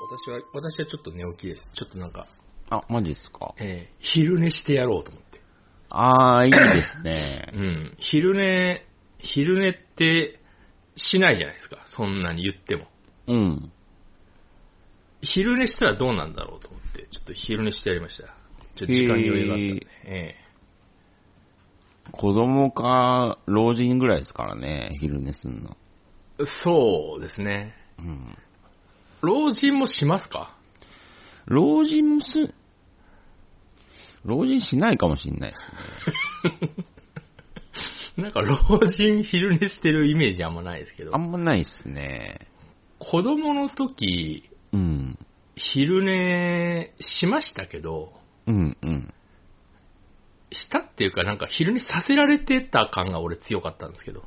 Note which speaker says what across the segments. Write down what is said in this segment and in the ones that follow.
Speaker 1: 私はちょっと寝起きです。ちょっとなんか、
Speaker 2: あ、マジですか。
Speaker 1: えー昼寝してやろうと思って。
Speaker 2: あー、いいですね
Speaker 1: う。ん。昼寝、昼寝ってしないじゃないですか。そんなに言っても。
Speaker 2: うん。
Speaker 1: 昼寝したらどうなんだろうと思って、ちょっと昼寝してやりました。ちょっと時間に余裕があったんで。え
Speaker 2: 子供か老人ぐらいですからね、昼寝すんの。
Speaker 1: えそうですね。
Speaker 2: うん。
Speaker 1: 老人もしますか
Speaker 2: 老人もす、老人しないかもしんないですね。
Speaker 1: なんか老人昼寝してるイメージあんまないですけど
Speaker 2: あ、んまないっすね。
Speaker 1: 子供の時、
Speaker 2: うん。
Speaker 1: 昼寝しましたけど、
Speaker 2: うんうん。
Speaker 1: したっていうかなんか昼寝させられてた感が俺強かったんですけど、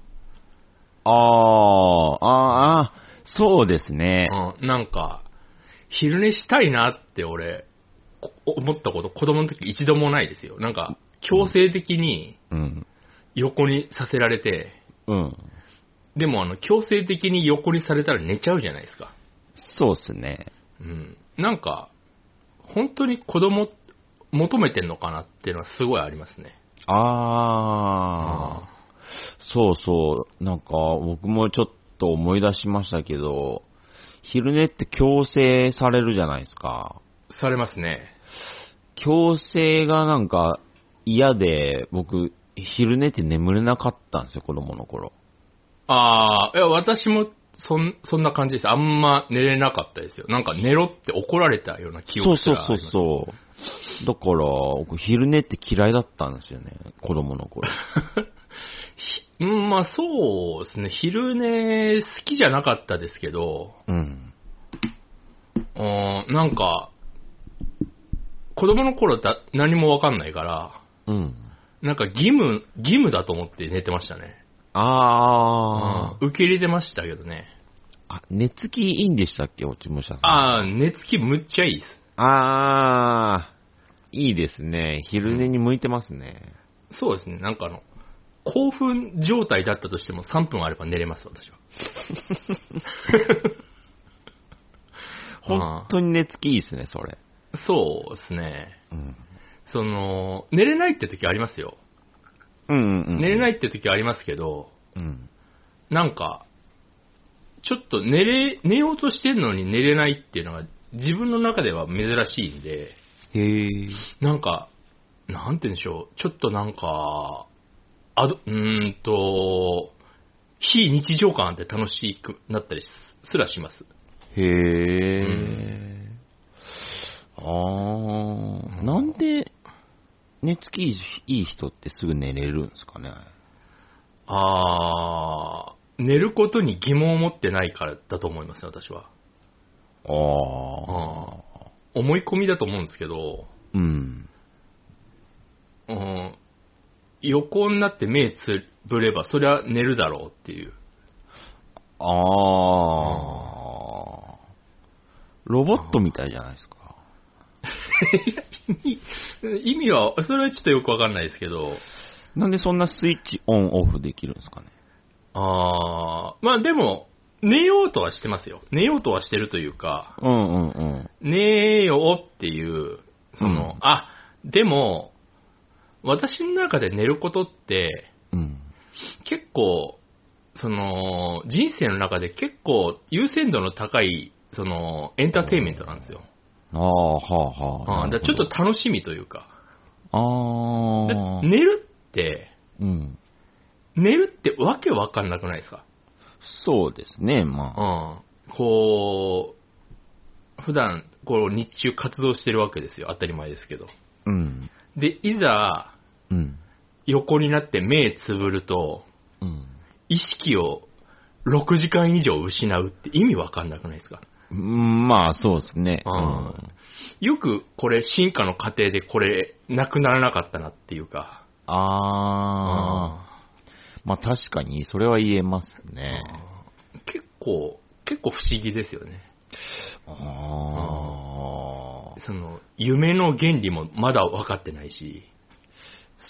Speaker 2: あー、あー、あーそうですね。
Speaker 1: うん、なんか、昼寝したいなって俺、こ思ったこと子供の時一度もないですよ。なんか、強制的に
Speaker 2: うん。
Speaker 1: 横にさせられて、
Speaker 2: うん。
Speaker 1: でもあの、強制的に横にされたら寝ちゃうじゃないですか。
Speaker 2: そうっすね。
Speaker 1: うん。なんか、本当に子供求めてんのかなっていうのはすごいありますね。
Speaker 2: あー。そうそう。なんか、僕もちょっと思い出しましたけど、昼寝って強制されるじゃないですか。
Speaker 1: されますね。
Speaker 2: 強制がなんか嫌で、僕、昼寝って眠れなかったんですよ、子供の頃。
Speaker 1: ああ、いや、私もそん、そんな感じです。あんま寝れなかったですよ。なんか寝ろって怒られたような記
Speaker 2: そう
Speaker 1: 憶
Speaker 2: そう
Speaker 1: があ
Speaker 2: そう
Speaker 1: ります。う
Speaker 2: そう。だから、僕昼寝って嫌いだったんですよね、子供の 頃。
Speaker 1: そう。ん、まあそうですね。昼寝好きじゃなかったですけど、
Speaker 2: うん。
Speaker 1: うん、なんか、子供の頃だ何もわかんないから、
Speaker 2: うん。
Speaker 1: なんか義務、義務だと思って寝てましたね。
Speaker 2: あー。
Speaker 1: うん受け入れてましたけどね。
Speaker 2: あ、寝つきいいんでしたっけ、落ち武者さん。
Speaker 1: ああ、寝つきむっちゃいいです。
Speaker 2: あー、いいですね。昼寝に向いてますね。
Speaker 1: そうですね。なんかあの、興奮状態だったとしても3分あれば寝れます、私は。
Speaker 2: 本当に寝つきいいですね、それ。
Speaker 1: そうですね。
Speaker 2: うん。
Speaker 1: その、寝れないって時ありますよ。
Speaker 2: うんうん、うん。。
Speaker 1: 寝れないいって時ありますけど、
Speaker 2: うん。
Speaker 1: なんか、ちょっと寝れ、寝ようとしてるのに寝れないっていうのが自分の中では珍しいんで、
Speaker 2: へえ。
Speaker 1: なんか、なんて言うんでしょう、ちょっとなんか、あど、うーんと、非日常感あって楽しくなったりすすらします。
Speaker 2: へ
Speaker 1: う
Speaker 2: え。あー、なんで、寝つきいいいい人ってすぐ寝れるんですかね。
Speaker 1: あー、寝ることに疑問を持ってないからだと思います、私は。
Speaker 2: あー。
Speaker 1: 思い込みだと思うんですけど、
Speaker 2: うん。
Speaker 1: うん、横になって目つぶれば、そりゃ寝るだろうっていう。
Speaker 2: あー。ロボットみたいじゃないですか。
Speaker 1: 意味は、それはちょっとよくわかんないですけど、
Speaker 2: なんでそんなスイッチオンオフできるんですかね。
Speaker 1: あー、まあでも、寝ようとはしてますよ。寝ようとはしてるというか、
Speaker 2: うんうんうん。
Speaker 1: 寝ようっていう、その、
Speaker 2: うん
Speaker 1: あ、でも、私の中で寝ることって、
Speaker 2: うん。
Speaker 1: 結構、その、人生の中で結構優先度の高い、その、エンターテインメントなんですよ。
Speaker 2: あー、はあはあ。
Speaker 1: うん、だからちょっと楽しみというか。
Speaker 2: あ
Speaker 1: で
Speaker 2: あ。
Speaker 1: 寝るって、
Speaker 2: うん。
Speaker 1: 寝るってわけわかんなくないですか
Speaker 2: そうですね、まあ。
Speaker 1: うん。こう、普段、こう、日中活動してるわけですよ。当たり前ですけど。
Speaker 2: うん。
Speaker 1: で、いざ、
Speaker 2: うん。
Speaker 1: 横になって目つぶると、
Speaker 2: うん。
Speaker 1: 意識を6時間以上失うって意味わかんなくないですか
Speaker 2: うんまあ、そうですね。
Speaker 1: う
Speaker 2: うんん。
Speaker 1: よくこれ進化の過程でこれなくならなかったなっていうか。
Speaker 2: ああ。まあ、確かに、それは言えますね。
Speaker 1: うん結構、結構不思議ですよね。
Speaker 2: ああ。
Speaker 1: その、夢の原理もまだ分かってないし、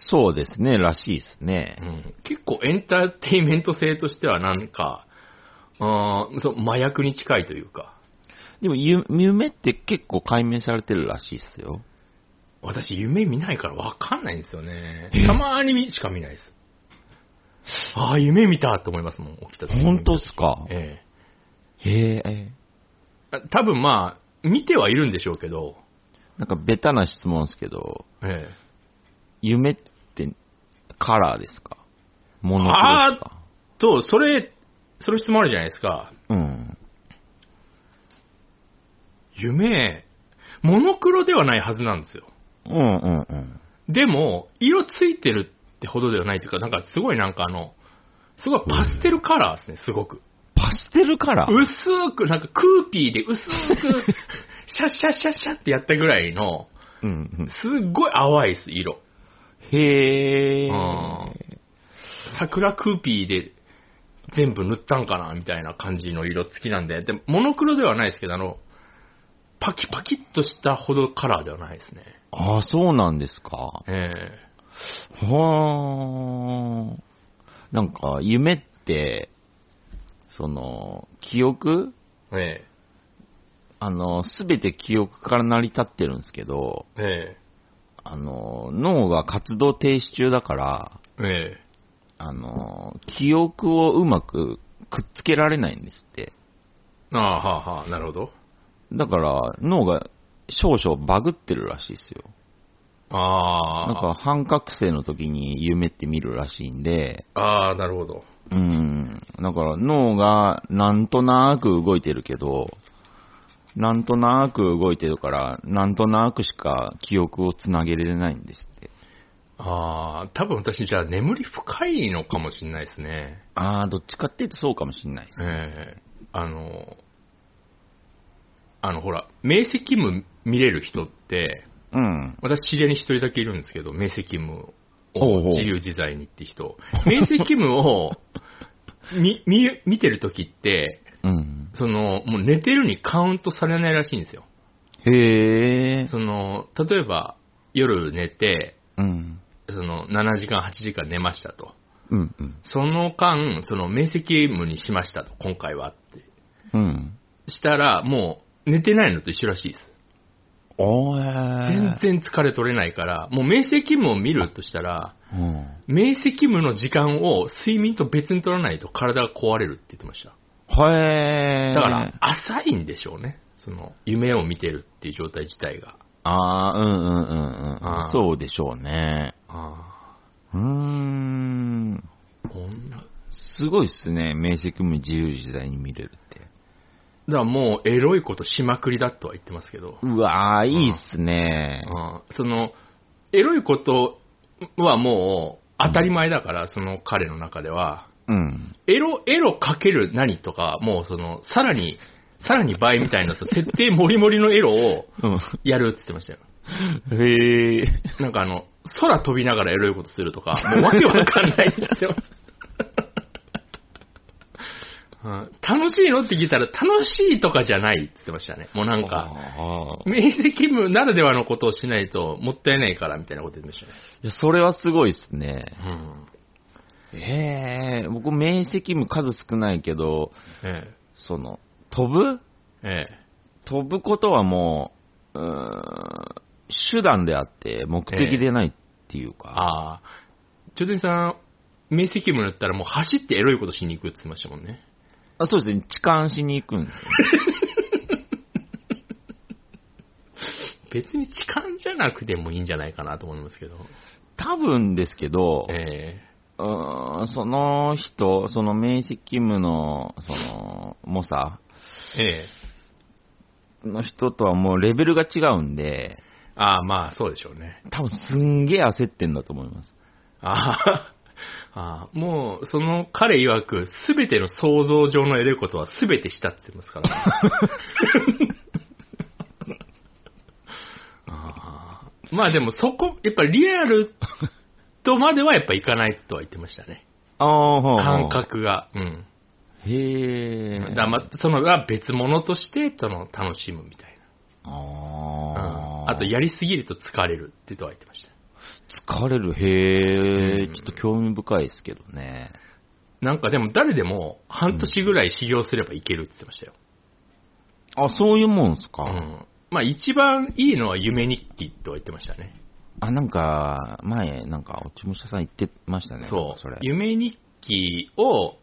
Speaker 2: そうですね、らしいです
Speaker 1: う
Speaker 2: ね。
Speaker 1: ん結構エンターテインメント性としてはなんか、うんそう麻薬に近いというか、
Speaker 2: でも、ゆ夢って結構解明されてるらしいっすよ。
Speaker 1: 私、夢見ないからわかんないんですよね
Speaker 2: え。
Speaker 1: たまにしか見ないです。ああ、夢見たと思いますもん、起きた時
Speaker 2: 本当っすか
Speaker 1: え
Speaker 2: へえ。
Speaker 1: え。あ多分まあ、見てはいるんでしょうけど、
Speaker 2: なんか、ベタな質問ですけど、
Speaker 1: ええ。
Speaker 2: 夢ってカラーですかモノクロですか
Speaker 1: と、それ、それ質問あるじゃないですか。
Speaker 2: うん。
Speaker 1: 夢、モノクロではないはずなんですよ。
Speaker 2: うんうんうん。
Speaker 1: でも、色ついてるってほどではないというか、なんかすごいなんかあの、すごいパステルカラーですね、すごく。
Speaker 2: パステルカラー
Speaker 1: 薄く、なんかクーピーで薄く、シャッシャッシャッシャッってやったぐらいの、
Speaker 2: うんうん。
Speaker 1: すっごい淡いです、色。
Speaker 2: へえ。
Speaker 1: うん桜クーピーで全部塗ったんかな、みたいな感じの色付きなんで。でも、モノクロではないですけど、あの、パキパキっとしたほどカラーではないですね。
Speaker 2: ああ、そうなんですか。
Speaker 1: え
Speaker 2: はあ。なんか、夢って、その、記憶
Speaker 1: ええ
Speaker 2: あの、すべて記憶から成り立ってるんですけど、
Speaker 1: ええ
Speaker 2: あの、脳が活動停止中だから、
Speaker 1: ええ
Speaker 2: あの、記憶をうまくくっつけられないんですって。
Speaker 1: ああ、はあ、はあ、なるほど。
Speaker 2: だから、脳が少々バグってるらしいですよ。
Speaker 1: ああ。
Speaker 2: なんか、半覚醒の時に夢って見るらしいんで、
Speaker 1: ああ、なるほど。
Speaker 2: うん。だから脳がなんとなく動いてるけど、なんとなく動いてるから、なんとなくしか記憶をつなげられないんですって。
Speaker 1: ああ、多分私、じゃあ眠り深いのかもしれないですね。
Speaker 2: ああ、どっちかっていうとそうかもしんないです。
Speaker 1: ええあの、あの、ほら、明晰夢見れる人って、
Speaker 2: うん。
Speaker 1: 私、知り合いに一人だけいるんですけど、明晰夢
Speaker 2: ほう
Speaker 1: を
Speaker 2: ほう
Speaker 1: 自由自在にって人。明晰夢を 見見見てるときって、
Speaker 2: うん。
Speaker 1: その、もう寝てるにカウントされないらしいんですよ。
Speaker 2: へえ。
Speaker 1: その、例えば、夜寝て、
Speaker 2: うん。
Speaker 1: その、7時間、8時間寝ましたと。
Speaker 2: うん。うん。
Speaker 1: その間、その、明晰夢にしましたと、今回はって。
Speaker 2: うん。
Speaker 1: したら、もう、寝てないのと一緒らしいです。
Speaker 2: おー
Speaker 1: 全。然疲れ取れないから、もう明晰夢を見るとしたら、
Speaker 2: うん。
Speaker 1: 明晰夢の時間を睡眠と別に取らないと体が壊れるって言ってました。
Speaker 2: へえ。
Speaker 1: だから、浅いんでしょうね。その、夢を見てるっていう状態自体が。
Speaker 2: ああ、うんうんうんうん
Speaker 1: あ
Speaker 2: うん。
Speaker 1: ー
Speaker 2: そうでしょうね。
Speaker 1: あ
Speaker 2: うーん。
Speaker 1: あ、こんな。だか
Speaker 2: すごいっすね。明晰夢自由自在に見れるって。
Speaker 1: らもう、エロいことしまくりだとは言ってますけど。
Speaker 2: うわー、いいっすね。
Speaker 1: うんその、エロいことはもう当たり前だから、その彼の中では。
Speaker 2: うん。
Speaker 1: エロ、エロかける何とか、もうその、さらに、さらに倍みたいな、その設定もりもりのエロをやるって言ってましたよ。
Speaker 2: へえ。
Speaker 1: なんかあの、空飛びながらエロいことするとか、もうわけわかんないって言ってます。 うん楽しいのって聞いたら、楽しいとかじゃないって言ってましたね。もうなんか、
Speaker 2: あー
Speaker 1: 明晰夢ならではのことをしないともったいないからみたいなこと言ってましたね。
Speaker 2: いやそれはすごいっすね。
Speaker 1: うん
Speaker 2: へえ。僕、明晰夢数少ないけど、
Speaker 1: え
Speaker 2: その、飛ぶ
Speaker 1: え、え
Speaker 2: 飛ぶことはもう、うーん、手段であって、目的でないっていう
Speaker 1: え、
Speaker 2: か。
Speaker 1: ああ、ちょさん、明晰夢だったらもう走ってエロいことしに行くって言ってましたもんね。
Speaker 2: あそうですね。痴漢しに行くんですよね。
Speaker 1: 別に痴漢じゃなくてもいいんじゃないかなと思いますけど。
Speaker 2: 多分ですけど、
Speaker 1: え
Speaker 2: うーんその人、その明晰夢の、その、猛者
Speaker 1: え、ええ、
Speaker 2: の人とはもうレベルが違うんで、
Speaker 1: ああ、まあそうでしょうね。
Speaker 2: 多分すんげえ焦ってんだと思います。
Speaker 1: ああ、ああもう、その彼曰く、すべての想像上のエロいことはすべてしたって言ってますから、 ああまあでもそこ、やっぱりリアルとまではやっぱいかないとは言ってましたね。
Speaker 2: ああ、
Speaker 1: 感。覚が。うん。
Speaker 2: へえ。
Speaker 1: だからまそのは別物として、その楽しむみたいな。
Speaker 2: あ
Speaker 1: うん
Speaker 2: あ。
Speaker 1: あと、やりすぎると疲れるってとは言ってました。
Speaker 2: 疲れる。へえ、
Speaker 1: うん
Speaker 2: ちょっと興味深いですけどね。
Speaker 1: なんかでも誰でも半年ぐらい修行すればいけるって言ってましたよ。
Speaker 2: あ、そういうもんすか、
Speaker 1: うん。まあ一番いいのは夢日記とは言ってましたね。
Speaker 2: あ、なんか、前、なんか、落ち武者さん言ってましたね。
Speaker 1: そう。
Speaker 2: それ。
Speaker 1: 夢日記を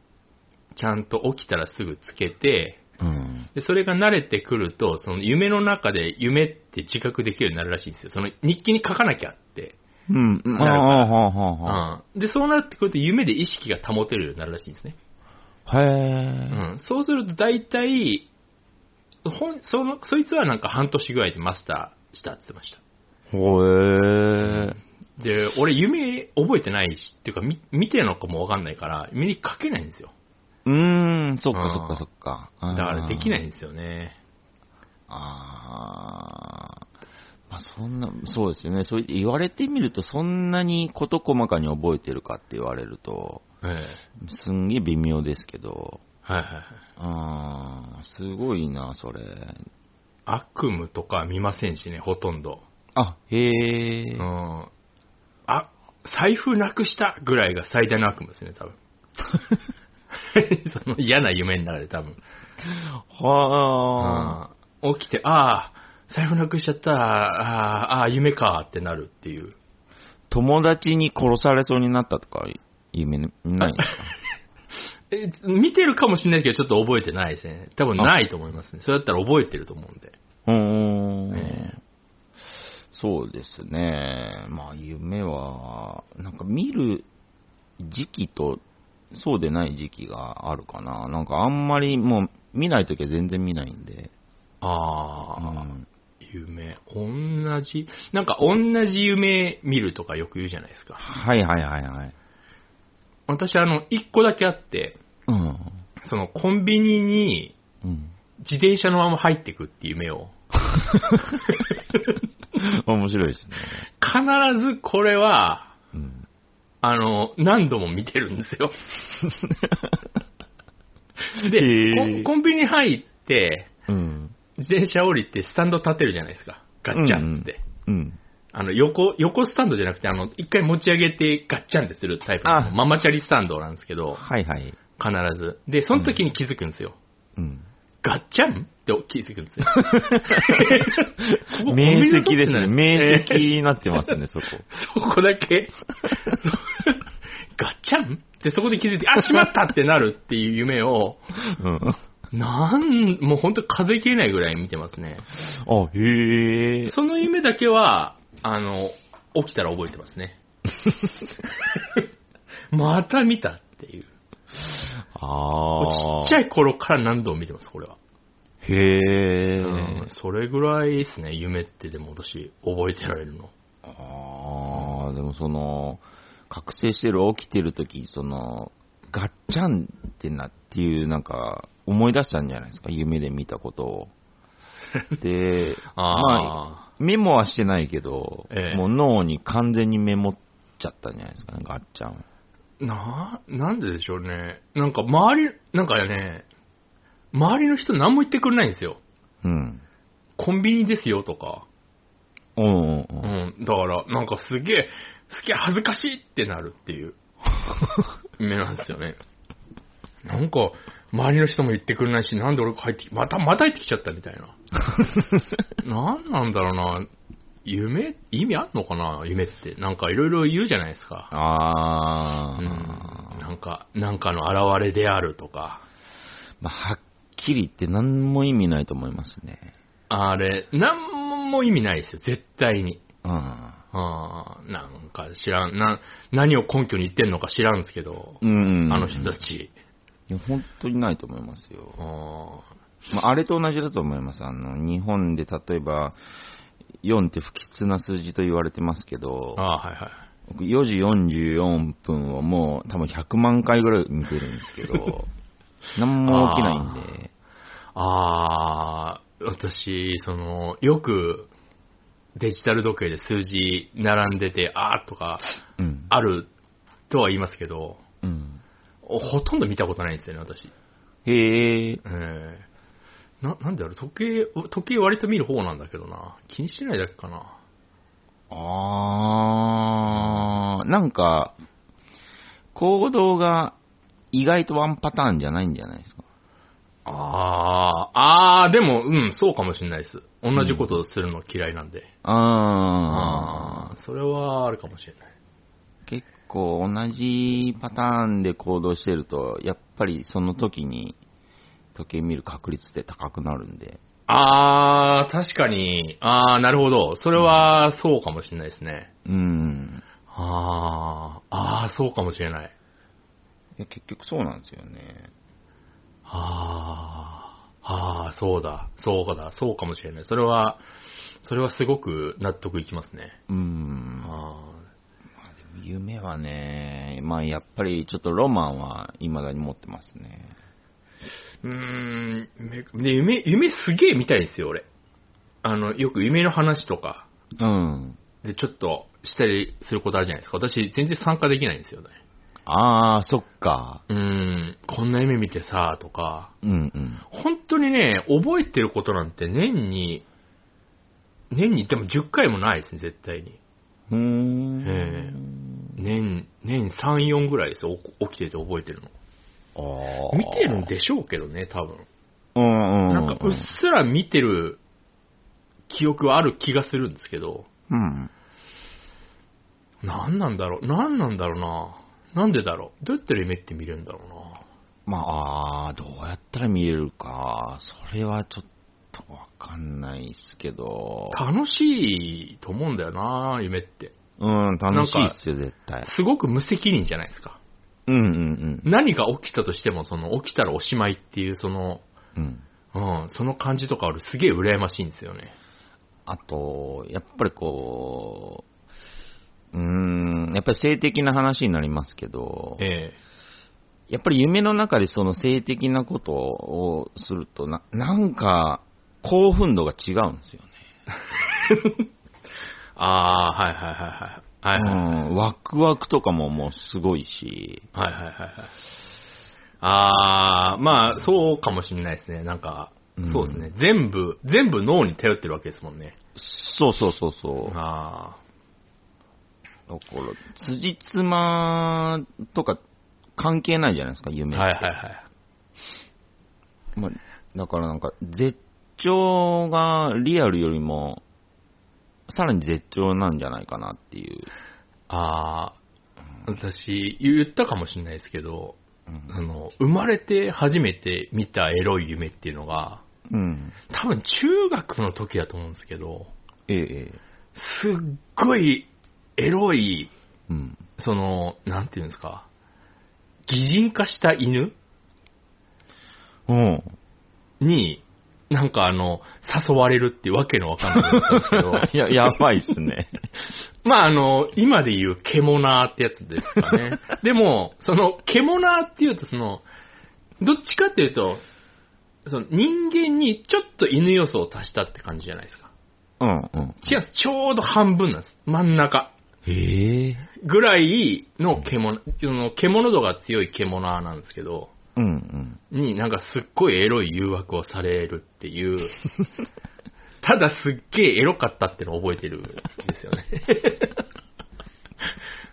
Speaker 1: ちゃんと起きたらすぐつけて、
Speaker 2: うん。
Speaker 1: で、それが慣れてくると、その夢の中で夢って自覚できるようになるらしいんですよ。その日記に書かなきゃって。
Speaker 2: うん。うん、あ
Speaker 1: なる
Speaker 2: あ、はあ、はあ、はあ。
Speaker 1: うん。で、そうなってくると夢で意識が保てるようになるらしいんですね。
Speaker 2: へ
Speaker 1: う
Speaker 2: え。
Speaker 1: ん。そうすると大体、ほん、その、そいつはなんか半年ぐらいでマスターしたって言ってました。
Speaker 2: ほえ。
Speaker 1: で、俺夢覚えてないし、っていうか見見てるのかもわかんないから、夢に書けないんですよ。
Speaker 2: うーん、そっか
Speaker 1: うん
Speaker 2: そっかそっか。
Speaker 1: だからできない
Speaker 2: うん
Speaker 1: んですよね。
Speaker 2: ああ。まあそんな、そうですよね。そう言われてみると、そんなに事細かに覚えてるかって言われると、
Speaker 1: ええ
Speaker 2: すんげえ微妙ですけど。
Speaker 1: はいはいはい。
Speaker 2: ああ、すごいな、それ。
Speaker 1: 悪夢とか見ませんしね、ほとんど。
Speaker 2: あ、へえ
Speaker 1: う。ん。あ、財布なくしたぐらいが最大の悪夢ですね、 多分。その嫌な夢の中で多分。
Speaker 2: はあ。
Speaker 1: うん起きて、ああ、財布なくしちゃった、ああああ、夢かってなるっていう。
Speaker 2: 友達に殺されそうになったとか、夢にないんですか
Speaker 1: え、見てるかもしれないけど、ちょっと覚えてないですね。多分ないと思いますね。それだったら覚えてると思うんで。
Speaker 2: うーん、
Speaker 1: え
Speaker 2: そうですね。まあ、夢は、なんか見る時期と、そうでない時期があるかな。なんかあんまりもう見ないときは全然見ないんで。
Speaker 1: ああ、
Speaker 2: うん
Speaker 1: 夢。同じ、なんか同じ夢見るとかよく言うじゃないですか。
Speaker 2: はいはいはいはい。
Speaker 1: 私、あの、一個だけあって、
Speaker 2: うん。
Speaker 1: そのコンビニに
Speaker 2: うん。
Speaker 1: 自転車のまま入ってくっていう夢を、
Speaker 2: 面白いですね。
Speaker 1: 必ずこれは、
Speaker 2: うん。
Speaker 1: あの、何度も見てるんですよ。で、コ
Speaker 2: へえ
Speaker 1: ンコンビニ入って、
Speaker 2: うん。
Speaker 1: 自転車降りてスタンド立てるじゃないですか。ガッチャンっつって。
Speaker 2: うん。
Speaker 1: あの、横、横スタンドじゃなくて、あの、一回持ち上げてガッチャンってするタイプ
Speaker 2: あ
Speaker 1: のママチャリスタンドなんですけど、
Speaker 2: はいはい。
Speaker 1: 必ず。で、その時に気づくんですよ。
Speaker 2: うん。
Speaker 1: ガッチャンって気づくんです よ。ここ
Speaker 2: 明晰ですね。
Speaker 1: コンビニの
Speaker 2: 明
Speaker 1: やつなんです
Speaker 2: 晰になってますね、そこ。
Speaker 1: そこだけ、そうガッチャンってそこで気づいて、あ、しまったってなるっていう夢を、
Speaker 2: うん。
Speaker 1: なん、もう本当数えきれないぐらい見てますね。
Speaker 2: あ、へえ。
Speaker 1: その夢だけは、あの、起きたら覚えてます ね。また見たっていう。
Speaker 2: あ
Speaker 1: も
Speaker 2: あ。
Speaker 1: うちっちゃい頃から何度も見てます、これは。
Speaker 2: へえ、
Speaker 1: うん、それぐらいですね、夢ってでも私、覚えてられるの。
Speaker 2: ああ、でもその、覚醒してる、起きてる時その、ガッチャンってなっていう、なんか、思い出したんじゃないですか、夢で見たこと を。で、まあ、
Speaker 1: あ
Speaker 2: メモはしてないけど、
Speaker 1: ええ
Speaker 2: もう脳に完全にメモっちゃったんじゃないですかね、ガッチャン。
Speaker 1: あ、な、なんででしょうね。なんか周り、なんかね、周りの人何も言ってくれないんですよ。
Speaker 2: うん。
Speaker 1: コンビニですよとか。
Speaker 2: うんうんう。
Speaker 1: うんん。だから、なんかすげえ、すげえ恥ずかしいってなるっていう夢なんですよね。なんか、周りの人も言ってくれないし、なんで俺が入ってき、また、また入ってきちゃったみたいな。なんなんだろうな。夢、意味あんのかな夢って。なんかいろいろ言うじゃないですか。
Speaker 2: ああ、
Speaker 1: うん。なんか、なんかの現れであるとか。
Speaker 2: まあ、はっきり言って何も意味ないと思いますね。
Speaker 1: あれ、なんも意味ないですよ、絶対に。
Speaker 2: うん。
Speaker 1: あーなんか知らん、な、何を根拠に言ってんのか知らんすけど、
Speaker 2: うん。
Speaker 1: あの人たち。
Speaker 2: いや、本当にないと思いますよ。
Speaker 1: あ
Speaker 2: まあ、あれと同じだと思います。あの、日本で例えば、4って不吉な数字と言われてますけど
Speaker 1: ー、あー、はいはい。
Speaker 2: 僕4時44分をもう多分100万回ぐらい見てるんです けど、何も起きないんで、
Speaker 1: ああ、私、その、よく、デジタル時計で数字並んでて、あーとか、
Speaker 2: うん。
Speaker 1: あるとは言いますけど、
Speaker 2: うん。
Speaker 1: ほとんど見たことないんですよね、私。
Speaker 2: へえ、
Speaker 1: ええな、なんだろう、時計、時計割と見る方なんだけどな。気にしてないだけかな。
Speaker 2: あー、なんか、行動が意外とワンパターンじゃないんじゃないですか。
Speaker 1: ああ、ああ、でも、うん、そうかもしれないです。同じことをするの嫌いなんで。
Speaker 2: あ
Speaker 1: ああ、それはあるかもしれない。
Speaker 2: ー結構同じパターンで行動してると、やっぱりその時に時計見る確率って高くなるんで。
Speaker 1: ああ、確かに。ああ、なるほど。それは、そうかもしれないですね。
Speaker 2: うん。
Speaker 1: ああ、ああ、そうかもしれない。
Speaker 2: いや結局そうなんですよね。
Speaker 1: ああ、ああ、そうだ。そうかだ。そうかもしれない。それは、それはすごく納得いきますね。
Speaker 2: うん。
Speaker 1: あ
Speaker 2: 夢はね、まあやっぱりちょっとロマンは未だに持ってますね。
Speaker 1: ーうーん、めで夢、夢すげえ見たいんですよ、俺。あの、よく夢の話とか、
Speaker 2: うん。
Speaker 1: で、ちょっとしたりすることあるじゃないですか。私、全然参加できないんですよね。
Speaker 2: ああ、そっか。
Speaker 1: うーん、こんな夢見てさ、とか、
Speaker 2: うんうん。
Speaker 1: 本当にね、覚えてることなんて年に、年に、でも10回もないですね、絶対に。
Speaker 2: うーん。
Speaker 1: え年、年3、4ぐらいですよ、お起きてて覚えてるの。
Speaker 2: ああ。
Speaker 1: 見てるんでしょうけどね、多分。
Speaker 2: うんうんうん。
Speaker 1: なんか、うっすら見てる記憶はある気がするんですけど、
Speaker 2: うん。
Speaker 1: なんなんだろう、なんなんだろうな。なんでだろう。どうやったら夢って見れるんだろうな。
Speaker 2: まあ、あーどうやったら見れるか。それはちょっとわかんないっすけど。
Speaker 1: 楽しいと思うんだよな、夢って。
Speaker 2: うん、楽しいっすよ、絶対。
Speaker 1: すごく無責任じゃないですか。
Speaker 2: うんうん
Speaker 1: 何が起きたとしても、その、起きたらおしまいっていう、その、
Speaker 2: うん。うん。
Speaker 1: うん、その感じとか俺すげえ羨ましいんですよね。
Speaker 2: あと、やっぱりこう、うーん、やっぱり性的な話になりますけど、
Speaker 1: ええ
Speaker 2: やっぱり夢の中でその性的なことをするとな、なんか、興奮度が違うんですよね。
Speaker 1: ああ、はいはいはいはい。はいはい。
Speaker 2: うん、ワクワクとかももうすごいし、
Speaker 1: はいはいはいはい。ああ、まあ、そうかもしれないですね。なんか
Speaker 2: う、ん
Speaker 1: そうですね。全部、全部脳に頼ってるわけですもんね。
Speaker 2: そうそうそうそう。
Speaker 1: あ
Speaker 2: だから、辻褄とか関係ないじゃないですか、
Speaker 1: あ、
Speaker 2: 夢。
Speaker 1: はいはいはい。
Speaker 2: まあだからなんか、絶頂がリアルよりも、さらに絶頂なんじゃないかなっていう。
Speaker 1: ああ、私、言ったかもしれないですけど、
Speaker 2: うん。
Speaker 1: あの、生まれて初めて見たエロい夢っていうのが、
Speaker 2: うん、
Speaker 1: 多分中学の時だと思うんですけど、
Speaker 2: ええええ。
Speaker 1: すっごいエロい、
Speaker 2: うん。
Speaker 1: その、なんていうんですか、擬人化した犬
Speaker 2: うん。
Speaker 1: に、なんかあの、誘われるっていうわけのわかんないことだったんですけ
Speaker 2: いや、やばいっすね。
Speaker 1: ど、まああの、今で言う獣ってやつですか ね。でも、その、獣っていうと、その、どっちかっていうと、その人間にちょっと犬要素を足したって感じじゃないですか。
Speaker 2: うん、うん。
Speaker 1: 違うんです。ちょうど半分なんです。真ん中。
Speaker 2: ええ。
Speaker 1: ぐらいの獣、その獣度が強い獣なんですけど、
Speaker 2: うん、うん。
Speaker 1: になんかすっごいエロい誘惑をされるって いう、ただすっげえエロかったってのを覚えてるんですよ ね。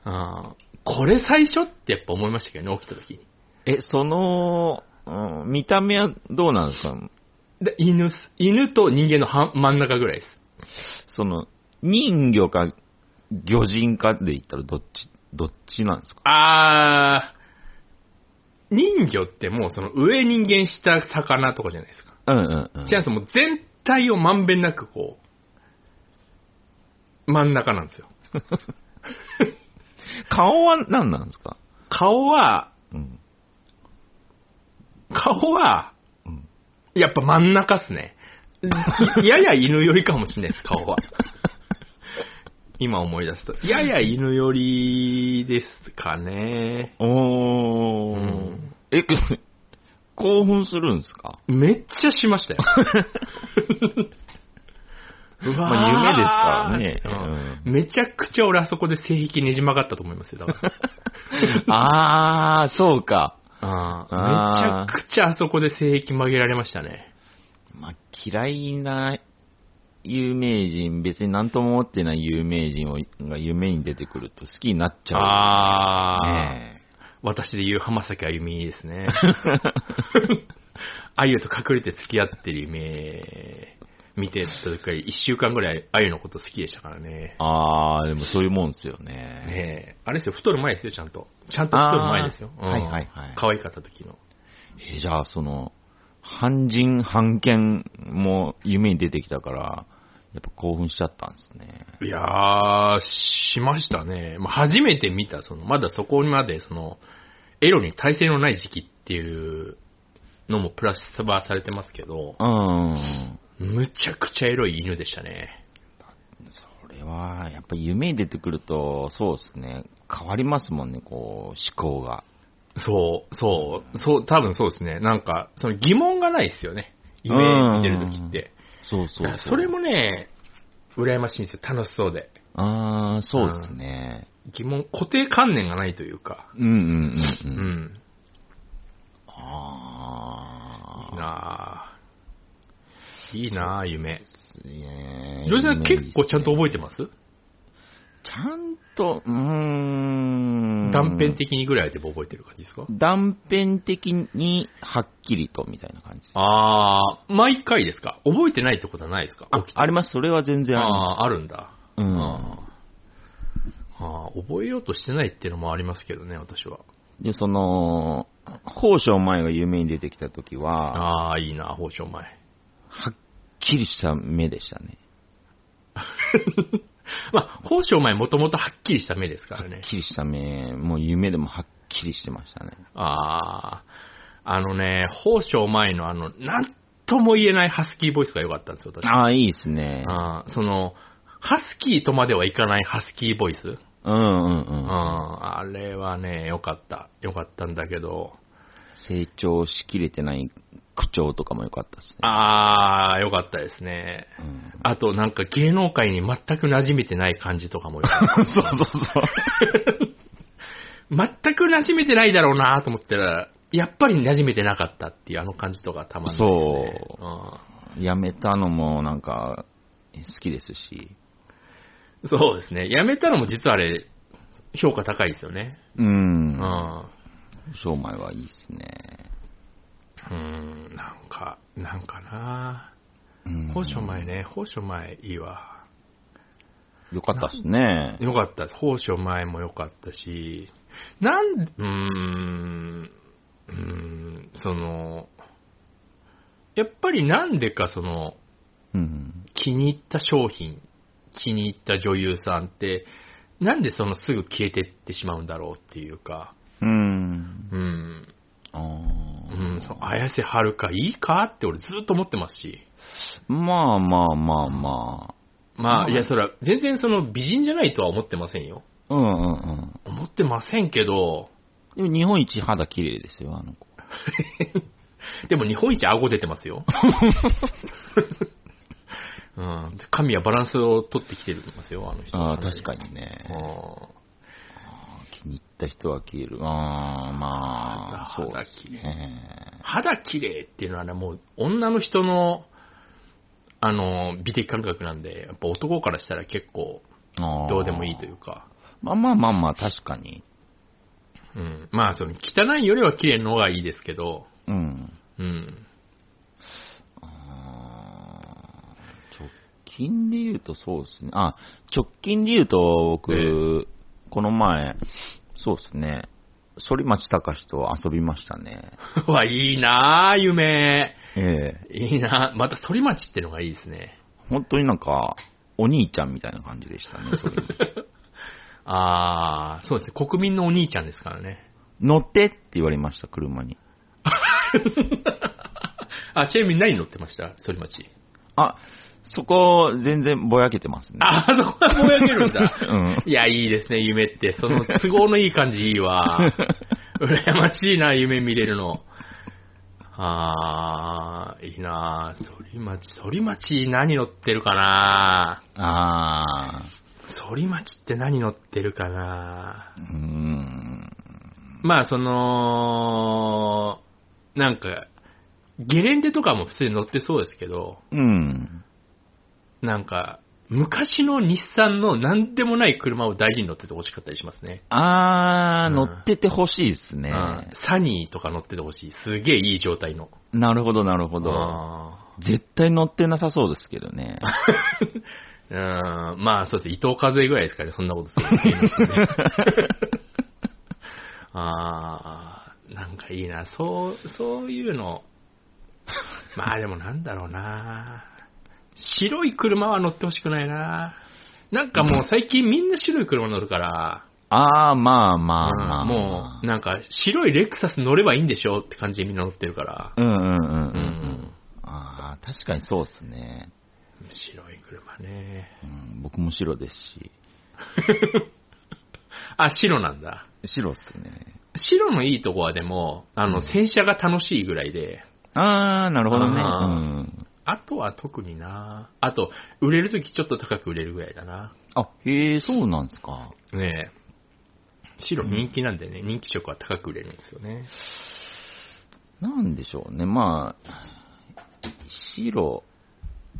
Speaker 1: あーこれ最初ってやっぱ思いましたけどね、起きた時に。
Speaker 2: え、その、うん、見た目はどうなんですか
Speaker 1: で犬っす、犬と人間の半真ん中ぐらいです。
Speaker 2: その、人魚か魚人かで言ったらどっち、どっちなんですか
Speaker 1: あー、人魚ってもうその上人間下魚とかじゃないですか。
Speaker 2: うんうんうん。
Speaker 1: 違うんですもう全体をまんべんなくこう、真ん中なんですよ。
Speaker 2: 顔は何なんですか
Speaker 1: 顔は、
Speaker 2: うん。
Speaker 1: 顔は
Speaker 2: うん、
Speaker 1: やっぱ真ん中っすね。いやや犬寄りかもしれないです、顔は。今思い出すと。やや犬寄りですかね。う
Speaker 2: おー。
Speaker 1: ん
Speaker 2: え、興奮するんですか
Speaker 1: めっちゃしましたよ。うわー
Speaker 2: まあ夢ですからね
Speaker 1: うんめちゃくちゃ俺あそこで性癖ねじ曲がったと思いますよ、だから。
Speaker 2: あー、そうか。
Speaker 1: ああ
Speaker 2: あー
Speaker 1: めちゃくちゃあそこで性癖曲げられましたね。
Speaker 2: まあ、嫌いな有名人、別に何とも思ってない有名人をが夢に出てくると好きになっちゃう。
Speaker 1: ああ、
Speaker 2: ねえ
Speaker 1: 私で言う浜崎あゆみですね。あゆと隠れて付き合ってる夢見てた時から一週間ぐらいあゆのこと好きでしたからね。
Speaker 2: ああ、でもそういうもんですよね。
Speaker 1: ねえ、あれですよ、太る前ですよ、ちゃんと。ちゃんと太る前ですよ。
Speaker 2: あーはいはいはい
Speaker 1: 可愛かった時の。
Speaker 2: えーじゃあ、その、半人半犬も夢に出てきたから、やっぱ興奮しちゃったんですね。
Speaker 1: いやー、しましたね。まあ、初めて見た、その、まだそこまで、その、エロに耐性のない時期っていうのもプラスバーされてますけど、
Speaker 2: うん。
Speaker 1: むちゃくちゃエロい犬でしたね。
Speaker 2: それは、やっぱ夢に出てくると、そうですね。変わりますもんね、こう、思考が。
Speaker 1: そう、そう、そう、多分そうですね。なんか、その疑問がないですよね。夢見てる時って。
Speaker 2: そうそう
Speaker 1: だからそれ。もね、羨ましいんですよ。楽しそうで。
Speaker 2: ああ、そうですね。
Speaker 1: 疑問、固定観念がないというか。
Speaker 2: うんうんう
Speaker 1: うん
Speaker 2: うん。
Speaker 1: ん。いい
Speaker 2: ああ。
Speaker 1: なぁ。いいなぁ、夢。
Speaker 2: ね
Speaker 1: ジョージさん結構ちゃんと覚えてます
Speaker 2: ちゃんと、うーん。
Speaker 1: 断片。的にぐらいでも覚えてる感じですか
Speaker 2: 断片的にはっきりとみたいな感じです。
Speaker 1: あー、毎回ですか覚えてないってことはないですか
Speaker 2: あ、あります。それは全然ありま
Speaker 1: あー、あるんだ。
Speaker 2: す。うん。
Speaker 1: あーあー覚えようとしてないっていうのもありますけどね、私は。
Speaker 2: で、その、宝生前が夢に出てきた時は、
Speaker 1: あー、いいなぁ、宝生前。
Speaker 2: はっきりした目でしたね。
Speaker 1: まあ、宝生前もともとはっきりした目ですから
Speaker 2: は
Speaker 1: ね
Speaker 2: っ。きりした目、もう夢でもはっきりしてましたね。
Speaker 1: あー、あのね、宝生前のあの、なんとも言えないハスキーボイスが良かったんですよ、私。
Speaker 2: ああ、いいですね。
Speaker 1: あーその、ハスキーとまではいかないハスキーボイス。
Speaker 2: うんうん
Speaker 1: うん、
Speaker 2: うん。
Speaker 1: あれはね、良かった。良かったんだけど、
Speaker 2: 成長しきれてない口調とかも良かったですね。
Speaker 1: あー、良かったですね。
Speaker 2: うん、
Speaker 1: あと、なんか芸能界に全く馴染めてない感じとかも良かった。
Speaker 2: そうそうそう。
Speaker 1: 全く馴染めてないだろうなと思ったら、やっぱり馴染めてなかったっていうあの感じとかたまんないですね。
Speaker 2: そう
Speaker 1: うん
Speaker 2: やめたのもなんか好きですし。
Speaker 1: そうですね。やめたのも実はあれ、評価高いですよね。
Speaker 2: う。
Speaker 1: うんん。
Speaker 2: 商売はいいですね。
Speaker 1: うん、なんか、なんかな
Speaker 2: うん
Speaker 1: 宝生前ね、宝生前いいわ。
Speaker 2: よかったっすね。
Speaker 1: よかったです。宝生前もよかったし、なん、うーん、うーん、その、やっぱりなんでかその、
Speaker 2: うん。
Speaker 1: 気に入った商品、気に入った女優さんって、なんでそのすぐ消えてってしまうんだろうっていうか、
Speaker 2: うん。
Speaker 1: うん、
Speaker 2: あ
Speaker 1: う
Speaker 2: ー
Speaker 1: ん、その綾瀬はるかいいかって俺ずっと思ってますし、
Speaker 2: まあまあまあま
Speaker 1: まあ、
Speaker 2: うん
Speaker 1: いや、それは全然その美人じゃないとは思ってませんよ。
Speaker 2: あ。うんうんうん。
Speaker 1: 思ってませんけど、
Speaker 2: でも日本一肌綺麗ですよ、あの子。
Speaker 1: でも日本一顎出てます よ。うん、神はバランスを取ってきてると思いますよ、あの人。
Speaker 2: ああ、確かにね。
Speaker 1: うん
Speaker 2: 気に入った人は消える。ああ、まあ、
Speaker 1: 肌
Speaker 2: そうですね。
Speaker 1: 肌綺麗っていうのはね、もう女の人の、あの、美的感覚なんで、やっぱ男からしたら結構
Speaker 2: あー
Speaker 1: どうでもいいというか、
Speaker 2: まあまあまあまあ、確かに。
Speaker 1: うん。まあ、その、汚いよりは綺麗の方がいいですけど、
Speaker 2: うん。
Speaker 1: うん。
Speaker 2: あー直近で言うとそうですね。あ、直近で言うと、僕、
Speaker 1: え
Speaker 2: この前、そうですね。反町隆史と遊びましたね。
Speaker 1: うわ、いいなぁ、夢。
Speaker 2: ええ
Speaker 1: いいなぁ。また、反町ってのがいいですね。
Speaker 2: 本当になんか、お兄ちゃんみたいな感じでしたね、それ に
Speaker 1: あー、そうですね。国民のお兄ちゃんですからね。
Speaker 2: 乗ってって言われました、車に。
Speaker 1: あ、ちなみに何乗ってました反町。
Speaker 2: あ、そこ、全然ぼやけてますね。
Speaker 1: あー、そこはぼやけるんだ。
Speaker 2: うん。
Speaker 1: いや、いいですね、夢って。その都合のいい感じいい わ。羨ましいな、夢見れるの。あー、いいな反町、反町何乗ってるかな
Speaker 2: あ
Speaker 1: 反町って何乗ってるかな
Speaker 2: ー。うーん。
Speaker 1: まあ、その、なんか、ゲレンデとかも普通に乗ってそうですけど、
Speaker 2: うん。
Speaker 1: なんか、昔の日産の何でもない車を大事に乗ってて欲しかったりしますね。
Speaker 2: あー、
Speaker 1: うん
Speaker 2: 乗っててほしいですね。
Speaker 1: うんサニーとか乗っててほしい。すげえいい状態の。
Speaker 2: なるほど、なるほど。
Speaker 1: あ
Speaker 2: 絶対乗ってなさそうですけど ね。
Speaker 1: ーうん、まあそうですね。伊藤和恵ぐらいですかね、そんなことするのいいです ねあーなんかいいな。そう、そういうの。まあでもなんだろうな。白い車は乗ってほしくないな。なんかもう最近みんな白い車乗るから、
Speaker 2: あー、まあまあまあ、まあ。
Speaker 1: もう、なんか、白いレクサス乗ればいいんでしょって感じでみんな乗ってるから。
Speaker 2: うんうんうんうん。う
Speaker 1: うん
Speaker 2: ん、あー、確かにそうですね。
Speaker 1: 白い車ね。
Speaker 2: うん、僕も白ですし。
Speaker 1: あ、白なんだ。
Speaker 2: 白っすね。
Speaker 1: 白のいいとこはでも、あの、洗車が楽しいぐらいで、
Speaker 2: あー、なるほどね。う
Speaker 1: あー
Speaker 2: ん。
Speaker 1: あとは特になあと、売れるときちょっと高く売れるぐらいだな。
Speaker 2: あ、へえ、そうなんですか。
Speaker 1: ねえ。白人気なんでね、人気色は高く売れるんですよね。
Speaker 2: なんでしょうね。まあ、白、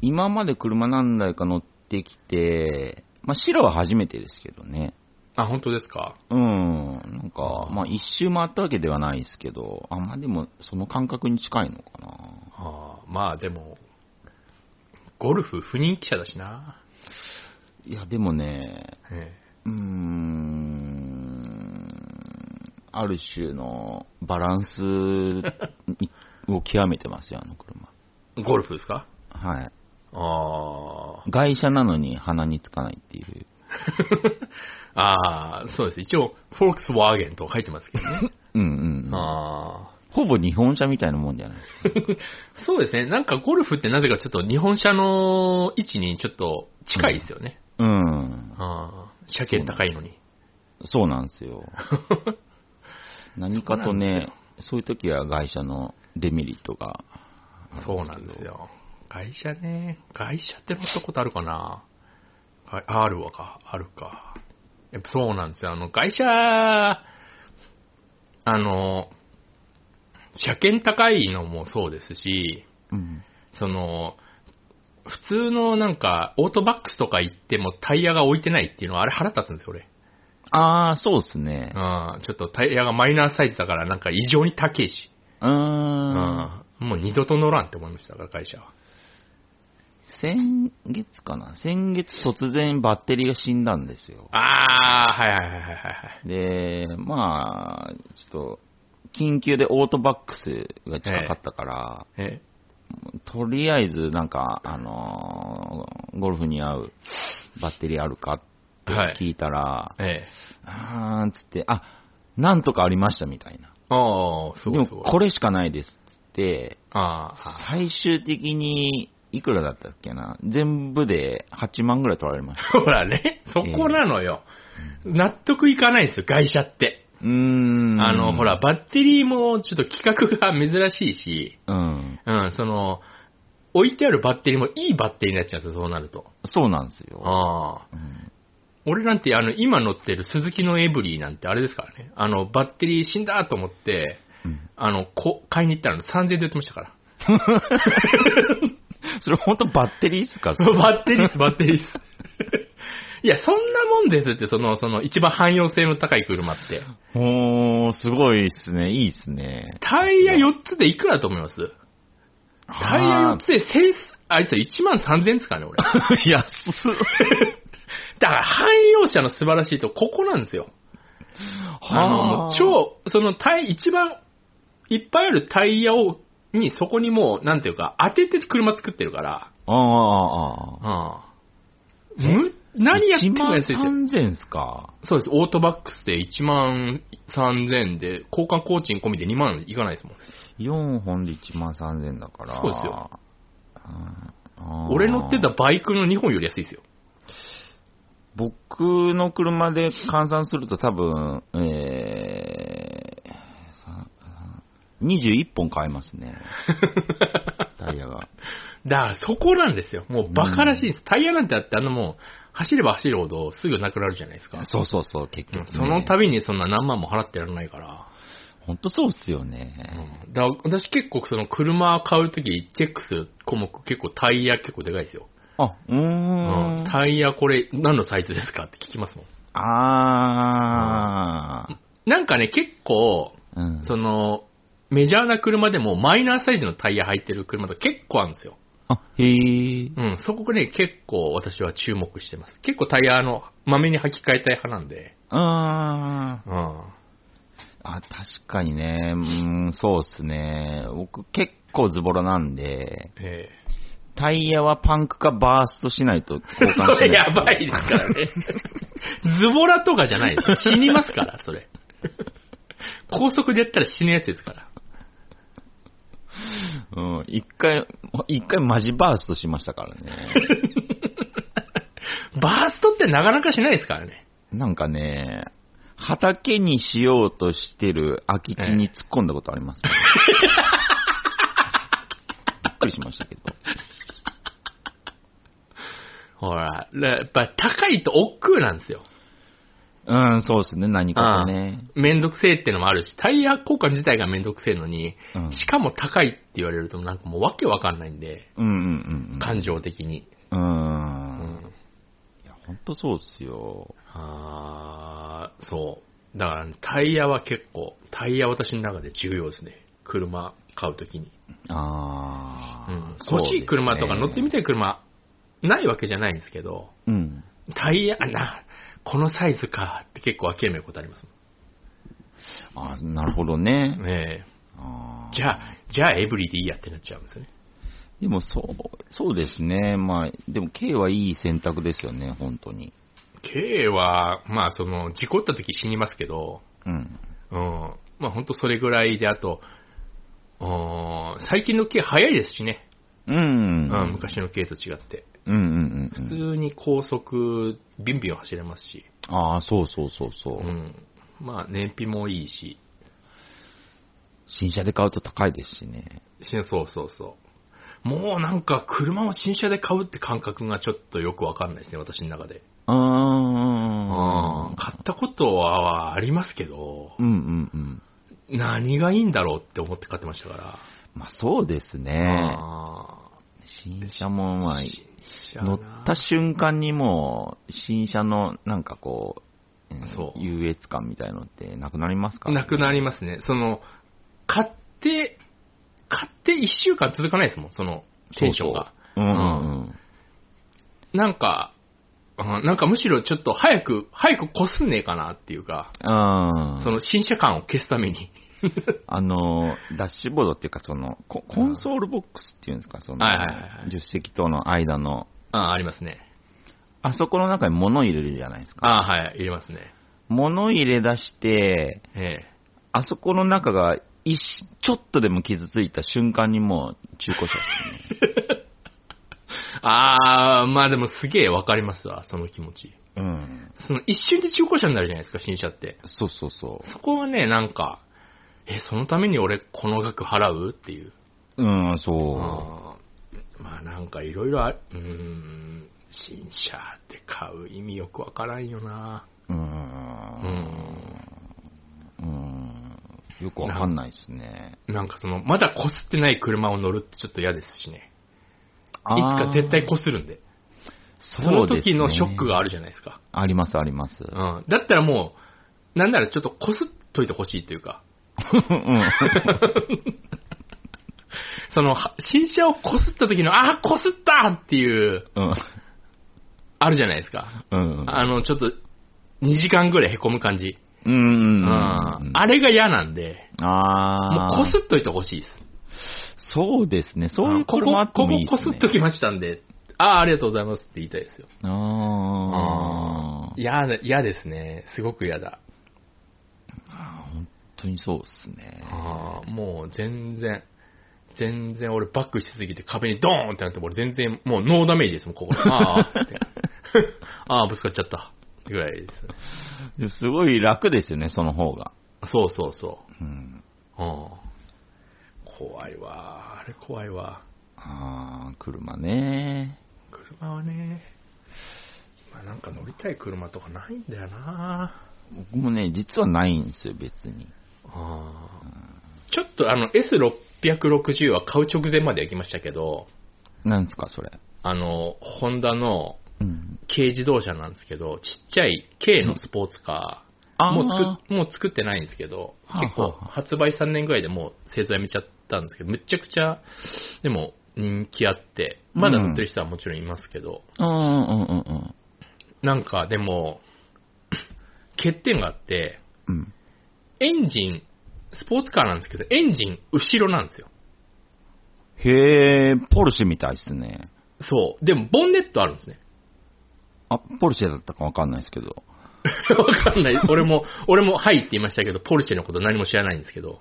Speaker 2: 今まで車何台か乗ってきて、まあ白は初めてですけどね。
Speaker 1: あ、本当ですか
Speaker 2: うん。なんか、まあ一周回ったわけではないですけど、あんまあでもその感覚に近いのかな。
Speaker 1: あーまあでも、ゴルフ不人気者だしな。
Speaker 2: いや、でもね、
Speaker 1: え
Speaker 2: うーん、ある種のバランスにを極めてますよ、あの車。
Speaker 1: えゴルフですか
Speaker 2: はい。
Speaker 1: ああ。
Speaker 2: 外車なのに鼻につかないっていう。
Speaker 1: ああ、そうです。一応、フォルクスワーゲンと書いてますけどね。
Speaker 2: うんうんう ん。
Speaker 1: ああ。
Speaker 2: ほぼ日本車みたいなもんじゃないですか。
Speaker 1: そうですね。なんかゴルフってなぜかちょっと日本車の位置にちょっと近いですよね。
Speaker 2: うん。
Speaker 1: ああ。車検高いのに。
Speaker 2: そうなんですよ。 何かとね、そういう時は外車のデメリットが。
Speaker 1: そうなんですよ。外車ね。外車って乗ったことあるかながあるわか。あるか。やっぱそうなんですよ。あの、外車、あの、車検高いのもそうですし、
Speaker 2: うん。
Speaker 1: その、普通のなんか、オートバックスとか行ってもタイヤが置いてないっていうのはあれ腹立つんですよ、俺。
Speaker 2: ああ、そうですね。
Speaker 1: うん、ちょっとタイヤがマイナーサイズだからなんか異常に高いし。
Speaker 2: うー。
Speaker 1: うんん、もう二度と乗らんって思いましたから、会社は。
Speaker 2: 先月かな先月突然バッテリーが死んだんですよ。
Speaker 1: あー、はいはいはいはいはい。
Speaker 2: で、まあ、ちょっと、緊急でオートバックスが近かったから、
Speaker 1: え
Speaker 2: とりあえず、なんか、あのーゴルフに合うバッテリーあるかって聞いたら、
Speaker 1: ええ。
Speaker 2: あーんつって、あ、なんとかありましたみたいな。
Speaker 1: あー、す
Speaker 2: で
Speaker 1: ご
Speaker 2: も
Speaker 1: いすごい。
Speaker 2: これしかないですっつって、
Speaker 1: あーあ
Speaker 2: 最終的に、いくらだったっけな全部で8万ぐらい取られまし
Speaker 1: ー、ほ らね、そこなのよ。納得いかないですよ、外車って。
Speaker 2: た。うーん。
Speaker 1: あの、ほら、、バッテリーもちょっと規格が珍しいし、
Speaker 2: うん。
Speaker 1: うん、その、置いてあるバッテリーもいいバッテリーになっちゃうんですよ、そうなると。
Speaker 2: そうなんですよ。
Speaker 1: ああ。
Speaker 2: うん
Speaker 1: 俺なんて、あの、今乗ってるスズキのエブリーなんてあれですからね。あの、バッテリー死んだと思って、
Speaker 2: うん
Speaker 1: あの、こ買いに行ったら3000円で売ってましたから。
Speaker 2: それ本当 バッテリーっすか
Speaker 1: バッテリーっす、バッテリーっす。 いや、そんなもんですって、その、その、一番汎用性の高い車って。
Speaker 2: おー、すごいっすね。いいっすね。
Speaker 1: タイヤ4つでいくらだと思いますタイヤ4つで1000、あいつ1万3000円ですからね、俺。だか
Speaker 2: 安っ。
Speaker 1: ら、汎用車の素晴らしいとこ、ここなんですよ。あの、もう
Speaker 2: はー、
Speaker 1: 超、そのタイ、一番、いっぱいあるタイヤを、に、そこにもう、なんていうか、当てて車作ってるから、
Speaker 2: あーあー、あー
Speaker 1: うん。む、何やって
Speaker 2: 1
Speaker 1: も
Speaker 2: 万
Speaker 1: 安いですよ。
Speaker 2: 3000っすか。
Speaker 1: そうです、オートバックスで1万3000で、交換工賃込みで2万いかないですもん。
Speaker 2: 4本で1万3000だから。
Speaker 1: そうですよ
Speaker 2: うん。
Speaker 1: 俺乗ってた
Speaker 2: あー。
Speaker 1: バイクの2本より安いですよ。
Speaker 2: 僕の車で換算すると多分、えー、さ21本買えます ね。タイヤが。
Speaker 1: だからそこなんですよ。もうバカらしいです。タイヤなんてあって、あのもう、走れば走るほどすぐなくなるじゃないですか。
Speaker 2: そうそうそう、結
Speaker 1: うん
Speaker 2: 局、ね。
Speaker 1: その度にそんな何万も払ってられないから。
Speaker 2: 本当そうっすよね。
Speaker 1: だから私結構その車買うときチェックする項目結構タイヤ結構でかいですよ。
Speaker 2: あ、うーん。
Speaker 1: うんタイヤこれ何のサイズですかって聞きますもん。
Speaker 2: あー。
Speaker 1: なんかね、結構、
Speaker 2: うん。
Speaker 1: その、メジャーな車でもマイナーサイズのタイヤ入ってる車とか結構あるんですよ。
Speaker 2: あ、へー。
Speaker 1: うん、そこね、結構私は注目してます。結構タイヤあの、まめに履き替えたい派なんで。
Speaker 2: あ
Speaker 1: う
Speaker 2: ー。
Speaker 1: ん。
Speaker 2: あ、確かにね、うーん、そうっすね。僕結構ズボラなんで、
Speaker 1: え
Speaker 2: タイヤはパンクかバーストしない
Speaker 1: え
Speaker 2: と交換しない。
Speaker 1: それ やばいですからね。ズボラとかじゃないです。死にますから、それ。高速でやったら死ぬやつですから。
Speaker 2: うん、一回、一回マジバーストしましたからね。
Speaker 1: バーストってなかなかしないですからね。
Speaker 2: なんかね、畑にしようとしてる空き地に突っ込んだことあ ります、ねびっくりしましたけど。
Speaker 1: ほら、やっぱ高いと億劫なんですよ。
Speaker 2: うん、そうですね、何かとね。
Speaker 1: うんめんどくせえってのもあるし、タイヤ交換自体がめんどくせえのに、
Speaker 2: うん
Speaker 1: しかも高いって言われるとなんかもうわけわかんないんで、
Speaker 2: うんうん
Speaker 1: 感情的に。
Speaker 2: うん。う。
Speaker 1: うんん。
Speaker 2: いや、ほんとそうっすよ。
Speaker 1: あーそう。だから、タイヤは結構、タイヤは私の中で重要ですね。車買うときに、
Speaker 2: あ
Speaker 1: う
Speaker 2: ー
Speaker 1: ん。
Speaker 2: そう
Speaker 1: 欲
Speaker 2: です
Speaker 1: し
Speaker 2: ね
Speaker 1: い車とか乗ってみたい車、ないわけじゃないんですけど、
Speaker 2: うん。
Speaker 1: タイヤ、あな、このサイズかって結構諦めることあります
Speaker 2: あーなるほどね
Speaker 1: もん。。ね
Speaker 2: あ
Speaker 1: え
Speaker 2: ー
Speaker 1: じゃあ、じゃあエブリでいいやってなっちゃうんですよね。
Speaker 2: でもそう、そうですね。まあ、でも K はいい選択ですよね、本当に。
Speaker 1: K は、まあその、事故った時死にますけど、
Speaker 2: うん。
Speaker 1: うん。まあ本当それぐらいで、あと、うん最近の K 早いですしね。
Speaker 2: うん。
Speaker 1: うん、昔の K と違って。
Speaker 2: うんうんうん。
Speaker 1: 普通に高速、ビンビン走れますし、
Speaker 2: ああ、そうそうそうそう、
Speaker 1: うん。まあ、燃費もいいし、
Speaker 2: 新車で買うと高いですしね。
Speaker 1: しそうそうそう。もうなんか、車を新車で買うって感覚がちょっとよくわかんないですね、私の中で。
Speaker 2: うー。
Speaker 1: うんん。買ったことはありますけど、
Speaker 2: うんうんうん。
Speaker 1: 何がいいんだろうって思って買ってましたから。
Speaker 2: まあそうですね。
Speaker 1: あ
Speaker 2: 新車もまあ、
Speaker 1: ー
Speaker 2: 乗った瞬間にもう、新車のなんかこう、ん
Speaker 1: そう
Speaker 2: 優越感みたいのってなくなりますから、
Speaker 1: なくなりますね。その、買って、買って1週間続かないですもん、そのテンションが。
Speaker 2: そうそう。うんうんうん。
Speaker 1: なんか、うんなんかむしろちょっと早く、早くこすんねえかなっていうか、
Speaker 2: あー
Speaker 1: その新車感を消すために。
Speaker 2: あの、ダッシュボードっていうか、そのコ、コンソールボックスっていうんですか、その、
Speaker 1: はいはいはいはい
Speaker 2: 10席との間の、
Speaker 1: ああ、ありますね。
Speaker 2: あそこの中に物入れるじゃないですか。
Speaker 1: ああ、はい、入れますね。
Speaker 2: 物入れ出して、
Speaker 1: ええ。
Speaker 2: あそこの中が一しちょっとでも傷ついた瞬間にもう中古車ですね。
Speaker 1: ああ、まあでもすげえわかりますわ、その気持ち。
Speaker 2: うん。
Speaker 1: その一瞬で中古車になるじゃないですか、新車って。
Speaker 2: そうそうそ
Speaker 1: そこはね、なんか、え、そのために俺この額払うっていう。
Speaker 2: う。うん、そ
Speaker 1: あーまあなんかいろいろあ、うーん、新車って買う意味よくわからんよな。
Speaker 2: う。う。
Speaker 1: うんん。
Speaker 2: うん。よくわかんないですね。
Speaker 1: なんかその、まだ擦ってない車を乗るってちょっと嫌ですしね。いつ
Speaker 2: あー
Speaker 1: か絶対擦るんで。そ
Speaker 2: そ
Speaker 1: の
Speaker 2: うですね
Speaker 1: 時のショックがあるじゃないですか。
Speaker 2: ありますあります。
Speaker 1: うん。だったらもう、なんならちょっと擦っといてほしいというか、
Speaker 2: うん
Speaker 1: その、は新車を擦った時の、ああ、擦ったっていう、
Speaker 2: うん。
Speaker 1: あるじゃないですか。
Speaker 2: うん。
Speaker 1: あの、ちょっと、2時間ぐらい凹む感じ。
Speaker 2: うんうんうん。
Speaker 1: うんあれが嫌なんで、
Speaker 2: あ
Speaker 1: もうこ
Speaker 2: ー
Speaker 1: すっといてほしいです。
Speaker 2: そうですね。そういう
Speaker 1: こ
Speaker 2: こともあ
Speaker 1: こ、
Speaker 2: って
Speaker 1: こ
Speaker 2: もいい
Speaker 1: こ
Speaker 2: で
Speaker 1: こ
Speaker 2: す
Speaker 1: す
Speaker 2: ね。
Speaker 1: っときましたんで、ああ、ありがとうございますって言いたいですよ。
Speaker 2: ああ。
Speaker 1: 嫌だ、嫌ですね。すごく嫌だ。
Speaker 2: 本当にそうですね。
Speaker 1: あーもう全然、全然俺バックしすぎて壁にドーンってなっても俺全然もうノーダメージですもん、ここ。 あーって。あーぶつかっちゃった。ぐらいですね。
Speaker 2: でもすごい楽ですよね、その方が。
Speaker 1: そうそうそ
Speaker 2: うん。
Speaker 1: う。うん怖いわ。あれ怖いわ。
Speaker 2: ああ、車ね。
Speaker 1: 車はね、まあなんか乗りたい車とかないんだよな
Speaker 2: 僕もね、実はないんですよ、別に。
Speaker 1: あーちょっとあの S660 は買う直前まで行きましたけど、
Speaker 2: なんですか、それ。
Speaker 1: あの、ホンダの
Speaker 2: うん。
Speaker 1: 軽自動車なんですけど、ちっちゃい軽のスポーツカー、
Speaker 2: あー
Speaker 1: もう作っもう作ってないんですけど、
Speaker 2: はあ
Speaker 1: 結構
Speaker 2: はあ
Speaker 1: 発売3年ぐらいでもう製造やめちゃったんですけど、むちゃくちゃ、でも人気あって、まだ乗ってる人はもちろんいますけど、
Speaker 2: うんうんうんうん
Speaker 1: なんかでも、欠点があって、
Speaker 2: うん。
Speaker 1: エンジン、スポーツカーなんですけど、エンジン後ろなんですよ。
Speaker 2: へえ、ポルシェみたいですね。
Speaker 1: そう。でも、ボンネットあるんですね。
Speaker 2: あ、ポルシェだったかわかんないですけ
Speaker 1: わ
Speaker 2: ど。
Speaker 1: かんない。俺も、俺も、はいって言いましたけど、ポルシェのこと何も知らないんですけど。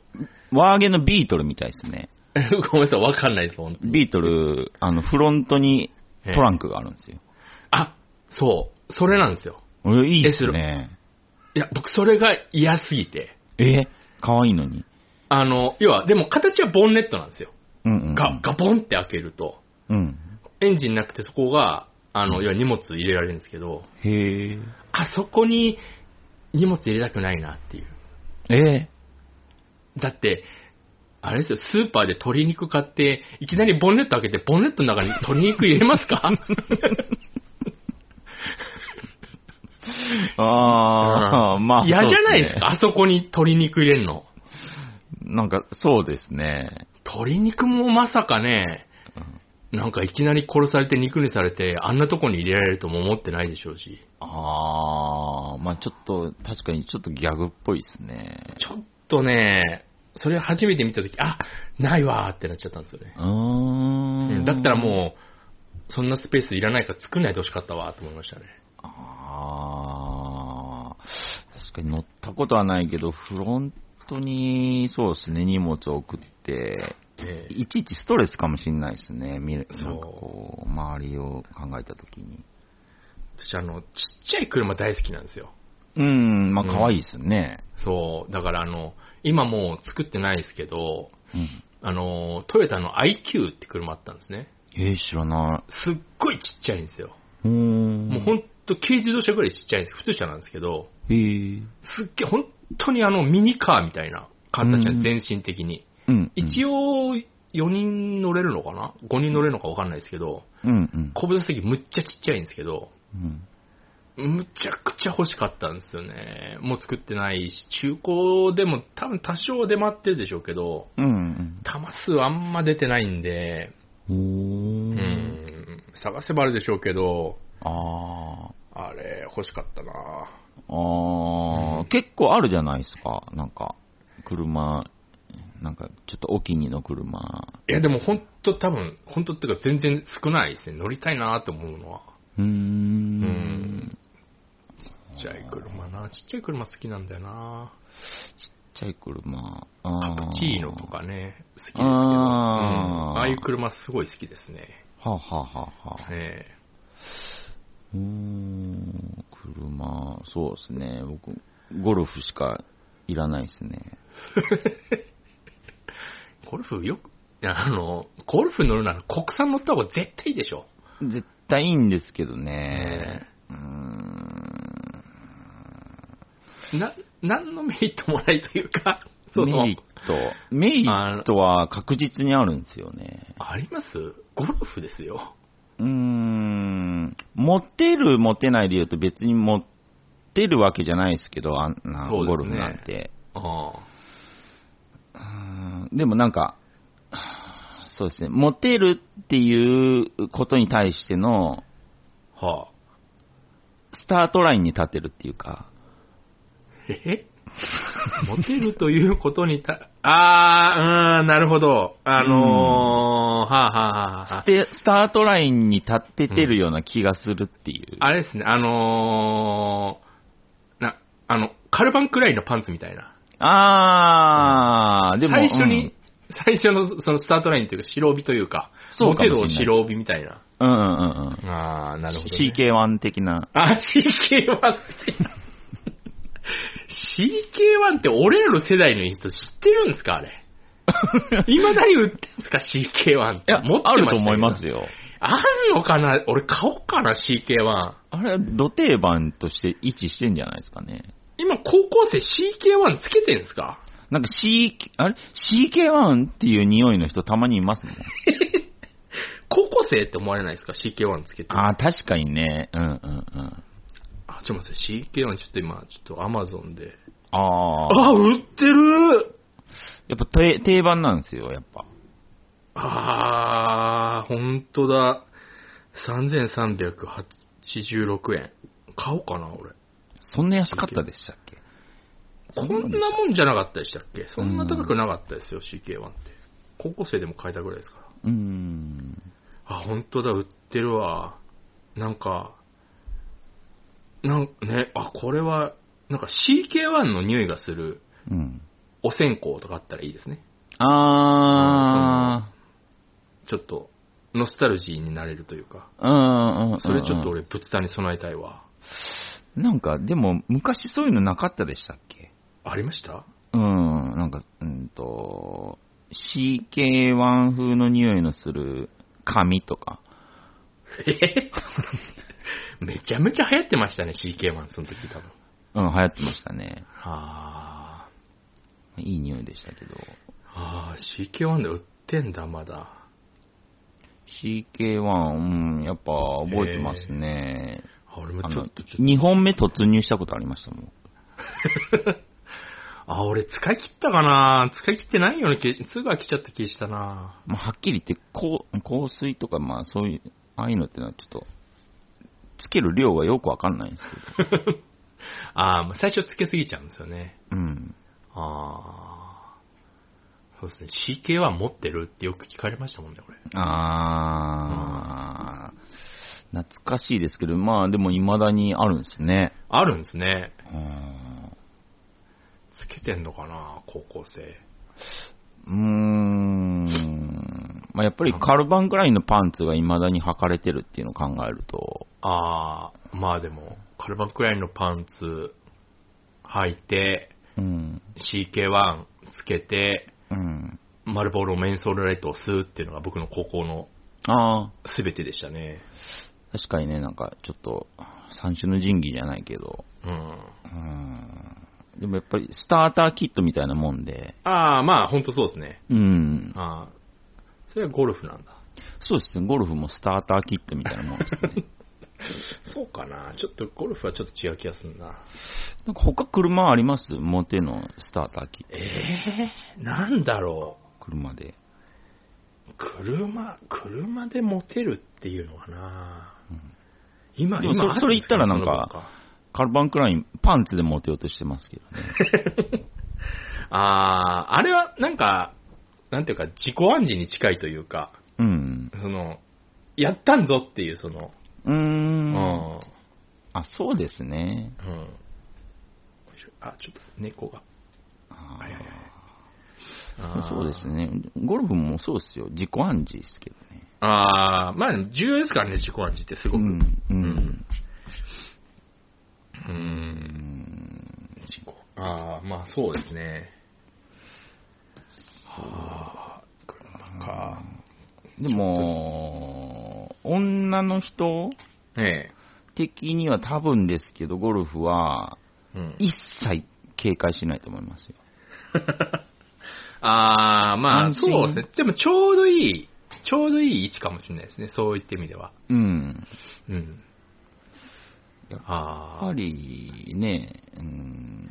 Speaker 2: ワーゲンのビートルみたいですね。
Speaker 1: ごめんなさい、わかんないです、本当に。
Speaker 2: ビートル、あの、フロントにトランクがあるんですよ。
Speaker 1: あ、そう。それなんですよ。
Speaker 2: えいいですね。
Speaker 1: いや、僕、それが嫌すぎて。
Speaker 2: えかわいいのに。
Speaker 1: あの、要は、でも、形はボンネットなんですよ。
Speaker 2: うんうんうん。
Speaker 1: ガ、ガボンって開けると、
Speaker 2: うん。
Speaker 1: エンジンなくて、そこが、あの、要は荷物入れられるんですけど、
Speaker 2: へえ。
Speaker 1: あそこに荷物入れたくないなっていう。
Speaker 2: え
Speaker 1: だって、あれですよ、スーパーで鶏肉買って、いきなりボンネット開けて、ボンネットの中に鶏肉入れますか
Speaker 2: あ あ、まあ。
Speaker 1: 嫌じゃない
Speaker 2: そう
Speaker 1: です
Speaker 2: ね
Speaker 1: か、あそこに鶏肉入れんの。
Speaker 2: なんか、そうですね。
Speaker 1: 鶏肉もまさかね、なんかいきなり殺されて肉にされて、あんなとこに入れられるとも思ってないでしょうし。
Speaker 2: ああ、まあちょっと、確かにちょっとギャグっぽいですね。
Speaker 1: ちょっとね、それ初めて見たとき、あ、ないわーってなっちゃったんですよね。
Speaker 2: うー
Speaker 1: うん
Speaker 2: ん。
Speaker 1: だったらもう、そんなスペースいらないから作んないでほしかったわーと思いましたね。
Speaker 2: ああ、確かに乗ったことはないけど、フロントに、そうですね、荷物を送って、
Speaker 1: ええ
Speaker 2: いちいちストレスかもしれないですね、見る
Speaker 1: そう
Speaker 2: なんかこう、周りを考えたときに。
Speaker 1: 私あの、ちっちゃい車大好きなんですよ。
Speaker 2: うん、まあ
Speaker 1: うん
Speaker 2: 可愛いですね。
Speaker 1: そう、だからあの、今もう作ってないですけど、
Speaker 2: うん。
Speaker 1: あの、トヨタの IQ って車あったんですね。
Speaker 2: えー、知らな
Speaker 1: すっごいちっちゃいんですよ。
Speaker 2: い。うーん。
Speaker 1: もうほんと軽自動車ぐらいちっちゃいんです普通車なんですけど、
Speaker 2: へー
Speaker 1: すっげえ、本当にあのミニカーみたいな形なんです全身的に。
Speaker 2: うん。
Speaker 1: 一
Speaker 2: 応。
Speaker 1: 応、4人乗れるのかな ?5 人乗れるのかわかんないですけど、
Speaker 2: うんうん。
Speaker 1: 後部座席むっちゃちっちゃいんですけど、
Speaker 2: うん
Speaker 1: むちゃくちゃ欲しかったんですよね。もう作ってないし、中古でも多分多少出回ってるでしょうけど、
Speaker 2: うん
Speaker 1: 玉数あんま出てないんで、
Speaker 2: うん。お
Speaker 1: う
Speaker 2: ー。
Speaker 1: ん、探せばあるでしょうけど、
Speaker 2: あ
Speaker 1: あれ、欲しかったな
Speaker 2: あ。あ
Speaker 1: う
Speaker 2: あ
Speaker 1: ん、
Speaker 2: 結構あるじゃないですか。なんか、車、なんか、ちょっとお気に入りの車。
Speaker 1: いや、でも本当多分、本当っていうか全然少ないですね。乗りたいなと思うのは。
Speaker 2: うー
Speaker 1: うんん。。ちっちゃい車なちっちゃい車好きなんだよな
Speaker 2: ちっちゃい車。
Speaker 1: カ
Speaker 2: あ
Speaker 1: プチーノと。かね、好きですけど、うん
Speaker 2: あー
Speaker 1: ああいう車すごい好きですね。
Speaker 2: はあ、はあはあはあ、
Speaker 1: ええ
Speaker 2: うーん。車、そうですね。僕、ゴルフしかいらないですね。
Speaker 1: ゴルフよく、いやあの、ゴルフ乗るなら国産乗った方が絶対いいでしょ。
Speaker 2: 絶対いいんですけど
Speaker 1: え
Speaker 2: ね。
Speaker 1: え
Speaker 2: うーん。
Speaker 1: な、何のメリットもないというか、その
Speaker 2: メリット。メリットは確実にあるんですよね。
Speaker 1: ありますゴルフですよ。
Speaker 2: うーん。持てる、持てないで言うと別に持ってるわけじゃないですけど、あんな
Speaker 1: そう
Speaker 2: ゴ
Speaker 1: ですね
Speaker 2: ルフなんて。
Speaker 1: ああ
Speaker 2: うーんでもなんか、 そうですね。持てるっていうことに対しての、
Speaker 1: はあ。
Speaker 2: スタートラインに立てるっていうか、
Speaker 1: えモテるということにた、 あー、うーん、なるほど。あのー、
Speaker 2: うん
Speaker 1: はあ、はあはあ
Speaker 2: ス、テスタートラインに立っててるような気がするっていう。
Speaker 1: あれですね、あのー、な、あの、カルバンクラインのパンツみたいな。
Speaker 2: あー、でも。
Speaker 1: 最初に、
Speaker 2: うん
Speaker 1: 最初のそのスタートラインというか、白帯というか、
Speaker 2: そうかもしれない
Speaker 1: モテるを白帯みたいな。
Speaker 2: うんうんうん。
Speaker 1: あー、なるほど、ね。。
Speaker 2: CK1 的 な。
Speaker 1: あ、CK1 って。CK1 って俺らの世代の人知ってるんですかあれ。 いまだに売ってんすか ?CK1 って。
Speaker 2: いや、
Speaker 1: 持ってました
Speaker 2: あ
Speaker 1: け
Speaker 2: る
Speaker 1: ど
Speaker 2: と思います。よ。
Speaker 1: あるのかな俺買おうかな ?CK1。
Speaker 2: あれは土定番として位置してんじゃないですかね。
Speaker 1: 今高校生 CK1 つけてんすか
Speaker 2: なんか C、あれ ?CK1 っていう匂いの人たまにいますね。
Speaker 1: 高校校生って思われないですか ?CK1 つけて。
Speaker 2: ああ、確かにね。うんうんうん。
Speaker 1: あ、ちょっと待って、CK1 ちょっと今、ちょっと Amazon で。
Speaker 2: ああ。
Speaker 1: あ、売ってる
Speaker 2: やっぱ定定番なんですよ、やっぱ。
Speaker 1: あー、ほんとだ。3386円。買おうかな、俺。
Speaker 2: そんな安かったでしたっけ
Speaker 1: こんなもんじゃなかったでしたっけそんな高くなかったですよ、CK1 って。高校生でも買えたぐらいですから。
Speaker 2: うーん。
Speaker 1: あ、ほんとだ、売ってるわ。なんか、なんね、あ、これは、なんか CK1 の匂いがする
Speaker 2: うん。
Speaker 1: お線香とかあったらいいですね。
Speaker 2: あ
Speaker 1: ちょっと、ノスタルジーになれるというか。
Speaker 2: あ。うんうんうんうん。
Speaker 1: それちょっと俺、仏壇に備えたいわ。
Speaker 2: なんか、でも、昔そういうのなかったでしたっけ
Speaker 1: ありました
Speaker 2: うん、なんか、うんと、CK1 風の匂いのする紙とか。
Speaker 1: え へへめちゃめちゃ流行ってましたね、CK1、その時多分。
Speaker 2: うん、流行ってましたね。
Speaker 1: あ
Speaker 2: いい匂いでしたけど。
Speaker 1: ーあー、CK1 で売ってんだ、まだ。
Speaker 2: CK1、うん、やっぱ覚えてますね。
Speaker 1: あ俺も
Speaker 2: あ
Speaker 1: ちょ
Speaker 2: の
Speaker 1: っと、ちょっと、
Speaker 2: 2本目突入したことありましたもん。
Speaker 1: あ、俺使い切ったかな使い切ってないような気、すぐ飽きちゃった気したな
Speaker 2: まあ、はっきり言って、こう香水とか、まあそういう、ああいうのってのはちょっと、つける量がよくわかんないんですけど。
Speaker 1: あーまあ、最初つけすぎちゃうんですよね。
Speaker 2: うん。
Speaker 1: ああ。そうですね。CK1 持ってるってよく聞かれましたもんね、俺。
Speaker 2: あー、懐かしいですけど、まあでも未だにあるんですね。
Speaker 1: あるんですね。
Speaker 2: うん
Speaker 1: つけてんのかな高校生。
Speaker 2: うーん。まあやっぱりカルバンくらいのパンツが未だに履かれてるっていうのを考えると、
Speaker 1: ああ、まあでも、カルバンクラインのパンツ履いて、
Speaker 2: うん。
Speaker 1: CK1 つけて、
Speaker 2: うん。
Speaker 1: マルボロメンソールライトを吸うっていうのが僕の高校の
Speaker 2: あ
Speaker 1: 全てでしたね。
Speaker 2: ー、確かにね、なんかちょっと、三種の神器じゃないけど、
Speaker 1: うん。
Speaker 2: うんでもやっぱりスターターキットみたいなもんで、
Speaker 1: ああ、まあ本当そうですね。
Speaker 2: うん。
Speaker 1: ああ。それはゴルフなんだ。
Speaker 2: そうですね、ゴルフもスターターキットみたいなもん ですね。
Speaker 1: そうかなちょっとゴルフはちょっと違う気がするな。
Speaker 2: なんか他車ありますモテのスターターキット。
Speaker 1: ええなんだろ
Speaker 2: 車で。
Speaker 1: う。車、車でモテるっていうのはな、
Speaker 2: うん
Speaker 1: 今、
Speaker 2: でもそ
Speaker 1: 今あるんですかね、
Speaker 2: それ言ったらなんか
Speaker 1: その文化
Speaker 2: カルバンクライン、パンツでモテようとしてますけどね。
Speaker 1: ああ、あれはなんか、なんていうか、自己暗示に近いというか、
Speaker 2: うん。
Speaker 1: その、やったんぞっていう、その、
Speaker 2: うー。
Speaker 1: うんん。
Speaker 2: あ、そうですね。
Speaker 1: うん。よいしょあ、ちょっと猫が。
Speaker 2: あー
Speaker 1: はいはいはいあー
Speaker 2: そうです。ね。ゴルフもそうですよ。自己暗示ですけどね。
Speaker 1: ああ、まあ、重要ですからね、自己暗示ってす
Speaker 2: う
Speaker 1: ごく。うん。
Speaker 2: ん。うん。
Speaker 1: ん自己ああ、まあそうですね。はあ、車か。
Speaker 2: でも、女の人
Speaker 1: え
Speaker 2: 的には多分ですけど、ゴルフは
Speaker 1: え。うん。
Speaker 2: 一切警戒しないと思いますよ。
Speaker 1: ああ、まあ、
Speaker 2: 安
Speaker 1: そ
Speaker 2: 心
Speaker 1: うですね。でも、ちょうどいい、ちょうどいい位置かもしれないですね。そういった意味では。
Speaker 2: うん。
Speaker 1: うん。
Speaker 2: やっやっ
Speaker 1: あ
Speaker 2: ぱ
Speaker 1: あ、
Speaker 2: りね、うん、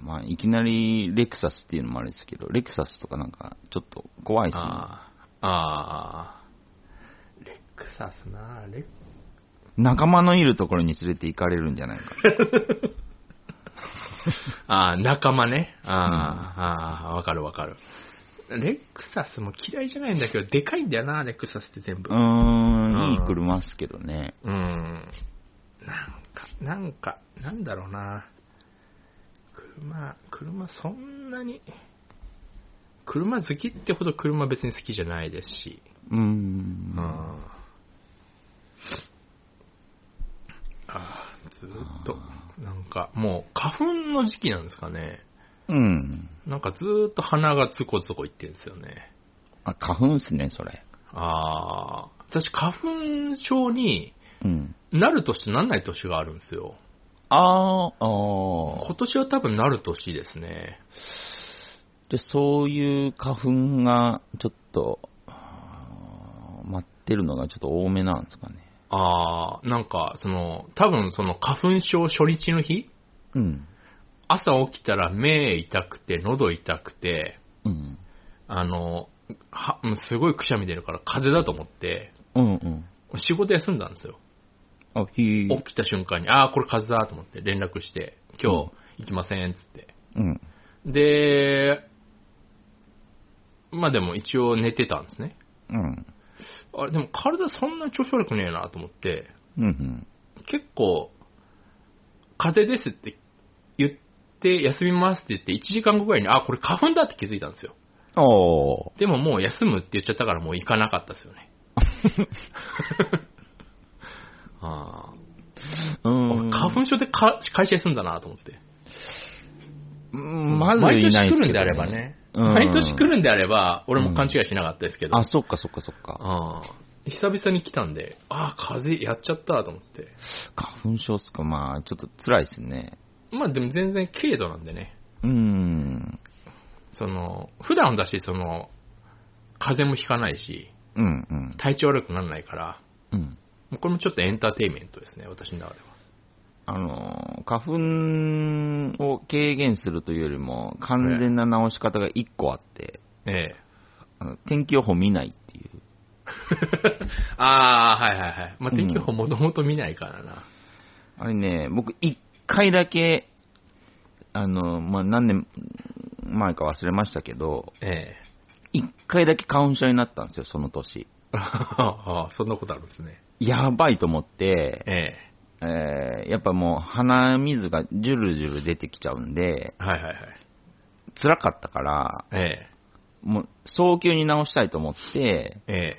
Speaker 2: まあ、いきなりレクサスっていうのもあれですけど、レクサスとかなんかちょっと怖いですね。
Speaker 1: ああ、ああ。レクサスな、レ
Speaker 2: 仲間のいるところに連れて行かれるんじゃない か。
Speaker 1: ああ、仲間ね。ああ、ああ、わかるわかる。レクサスも嫌いじゃないんだけど、でかいんだよな、レクサスって全部。
Speaker 2: うーん、いい車っすけどね。
Speaker 1: うん。なんか、なんか、なんだろうな。車、車そんなに、車好きってほど車別に好きじゃないですし。
Speaker 2: うー
Speaker 1: うんん。。ああ、ずーっと、なんか、もう花粉の時期なんですかね。
Speaker 2: うん。
Speaker 1: なんかずーっと鼻がつこつこいってるんですよね。
Speaker 2: あ、花粉っすね、それ。
Speaker 1: ああ、私花粉症に
Speaker 2: うん。
Speaker 1: なる年となんない年があるんですよ。
Speaker 2: あーあ
Speaker 1: 今
Speaker 2: ー、
Speaker 1: 年は多分なる年ですね。
Speaker 2: で、そういう花粉が、ちょっと、あーってるのがちょっと多めなんですかね。
Speaker 1: ああ、なんか、その、多分その花粉症初日の日、
Speaker 2: うん。
Speaker 1: 朝起きたら目痛くて、喉痛くて、
Speaker 2: うん。
Speaker 1: あの、はうんすごいくしゃみ出るから風邪だと思って、
Speaker 2: うんうん。
Speaker 1: 仕事休んだんですよ。
Speaker 2: あ、ひー。
Speaker 1: 起きた瞬間に、ああ、これ風邪だと思って連絡して、今日行きませんっつって。
Speaker 2: うん。
Speaker 1: で、まあでも一応寝てたんですね。
Speaker 2: うん。
Speaker 1: あれ、でも体そんな調子悪くねえなと思って、
Speaker 2: うんうん。
Speaker 1: 結構、風邪ですって言って、休みますって言って、1時間後ぐらいに、あ、これ花粉だって気づいたんですよ。
Speaker 2: おー。
Speaker 1: でももう休むって言っちゃったからもう行かなかったです よね。あ
Speaker 2: う
Speaker 1: あ
Speaker 2: ん
Speaker 1: 俺花粉症でか会社休んだなと思って。
Speaker 2: うんまず
Speaker 1: 毎
Speaker 2: いな
Speaker 1: 年
Speaker 2: いで
Speaker 1: 来
Speaker 2: す
Speaker 1: るん
Speaker 2: けどね
Speaker 1: であればね。
Speaker 2: うん
Speaker 1: 毎年来るんであれば、俺も勘違いしなかったですけど。
Speaker 2: あ、そっかそっかそっか。
Speaker 1: ああ久々に来たんで、ああ、風邪やっちゃったと思って。
Speaker 2: 花粉症っすか、まあ、ちょっと辛いですね。
Speaker 1: まあでも全然軽度なんでね。
Speaker 2: うーん。
Speaker 1: その、普段だし、その、風邪もひかないし、
Speaker 2: うんうん。
Speaker 1: 体調悪くならないから、
Speaker 2: うん。
Speaker 1: もうこれもちょっとエンターテインメントですね、私の中では。
Speaker 2: あのー、花粉を軽減するというよりも、完全な治し方が一個あって、
Speaker 1: ええ。
Speaker 2: あの天気予報見ないっていう。
Speaker 1: ああ、はいはいはい。まあ、
Speaker 2: うん
Speaker 1: 天気予報もともと見ないからな。
Speaker 2: あれね、僕一回だけ、あの、まあ、何年前か忘れましたけど、
Speaker 1: ええ。
Speaker 2: 一回だけ花粉症になったんですよ、その年。
Speaker 1: ああ、 そんなことあるんですね。
Speaker 2: やばいと思って、
Speaker 1: え
Speaker 2: えーやっぱもう鼻水がジュルジュル出てきちゃうんで、
Speaker 1: え。はいはいはい。
Speaker 2: 辛かったから、
Speaker 1: え
Speaker 2: もう早急に治したいと思って、
Speaker 1: え。ええ。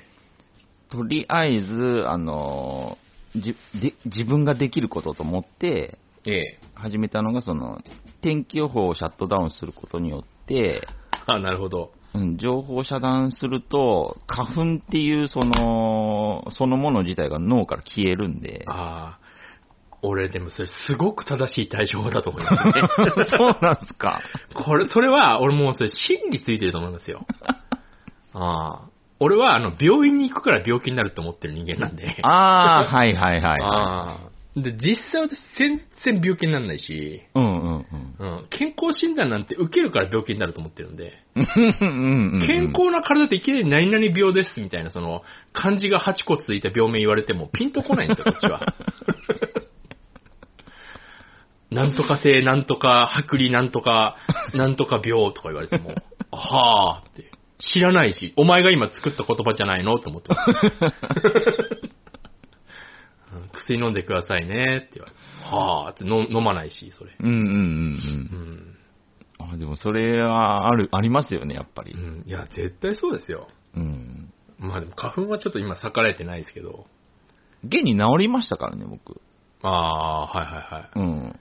Speaker 2: とりあえず、あの、じで自分ができることと思って、
Speaker 1: ええ。
Speaker 2: 始めたのが、その、天気予報をシャットダウンすることによって、
Speaker 1: ああ、なるほど。
Speaker 2: うん、情報を遮断すると、花粉っていうその、そのもの自体が脳から消えるんで、
Speaker 1: ああ、俺でもそれすごく正しい対処法だと思いますね。
Speaker 2: そうなんです か。
Speaker 1: これ、それは、俺もうそれ真理ついてると思います よ。ああ。俺は、あの、病院に行くから病気になると思ってる人間なんで。
Speaker 2: ああ、はいはいはい。
Speaker 1: ああ。で、実際私全然病気にならないし、
Speaker 2: うんうんうん。
Speaker 1: うん、健康診断なんて受けるから病気になると思ってるんで、
Speaker 2: うんうんうん
Speaker 1: 健康な体でいきなり何々病ですみたいな、その、漢字が8個ついた病名言われてもピンとこないんですよ、こっち は。なんとか性、なんとか、剥離、なんとか、なんとか病とか言われても、はあって。知らないし、お前が今作った言葉じゃないのと思ってます。うん薬飲んでくださいねって言われて、はあって飲飲まないし、それ。
Speaker 2: うんうん
Speaker 1: う
Speaker 2: うん
Speaker 1: ん。
Speaker 2: うん。あでもそれはある、ありますよね、やっぱ
Speaker 1: う
Speaker 2: り。
Speaker 1: ん。いや、絶対そうですよ。
Speaker 2: うん。
Speaker 1: まあでも花粉はちょっと今逆らえてないですけど。
Speaker 2: 現に治りましたからね、僕。
Speaker 1: ああー、はいはいはい。
Speaker 2: うん。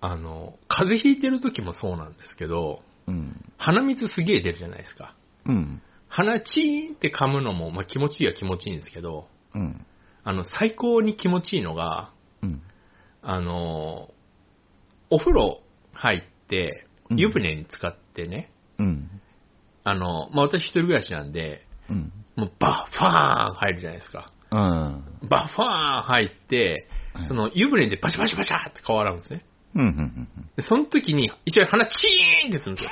Speaker 1: あの、風邪ひいてる時もそうなんですけど、
Speaker 2: うん。
Speaker 1: 鼻水すげえ出るじゃないですか。
Speaker 2: うん。
Speaker 1: 鼻チーンって噛むのも、まあ、気持ちいいは気持ちいいんですけど、
Speaker 2: うん。
Speaker 1: あの、最高に気持ちいいのが、
Speaker 2: うん。
Speaker 1: あの、お風呂入って、
Speaker 2: うん
Speaker 1: 湯船に使ってね、
Speaker 2: うん。
Speaker 1: あの、まあ、私一人暮らしなんで、
Speaker 2: うん。
Speaker 1: もうバッファーン入るじゃないですか。
Speaker 2: うん。
Speaker 1: バッファーン入って
Speaker 2: はい、
Speaker 1: その湯船でバシャバシャバシャって顔洗うんですね。
Speaker 2: うんうんうん
Speaker 1: で、その時に、一応鼻チーンってするんですよ。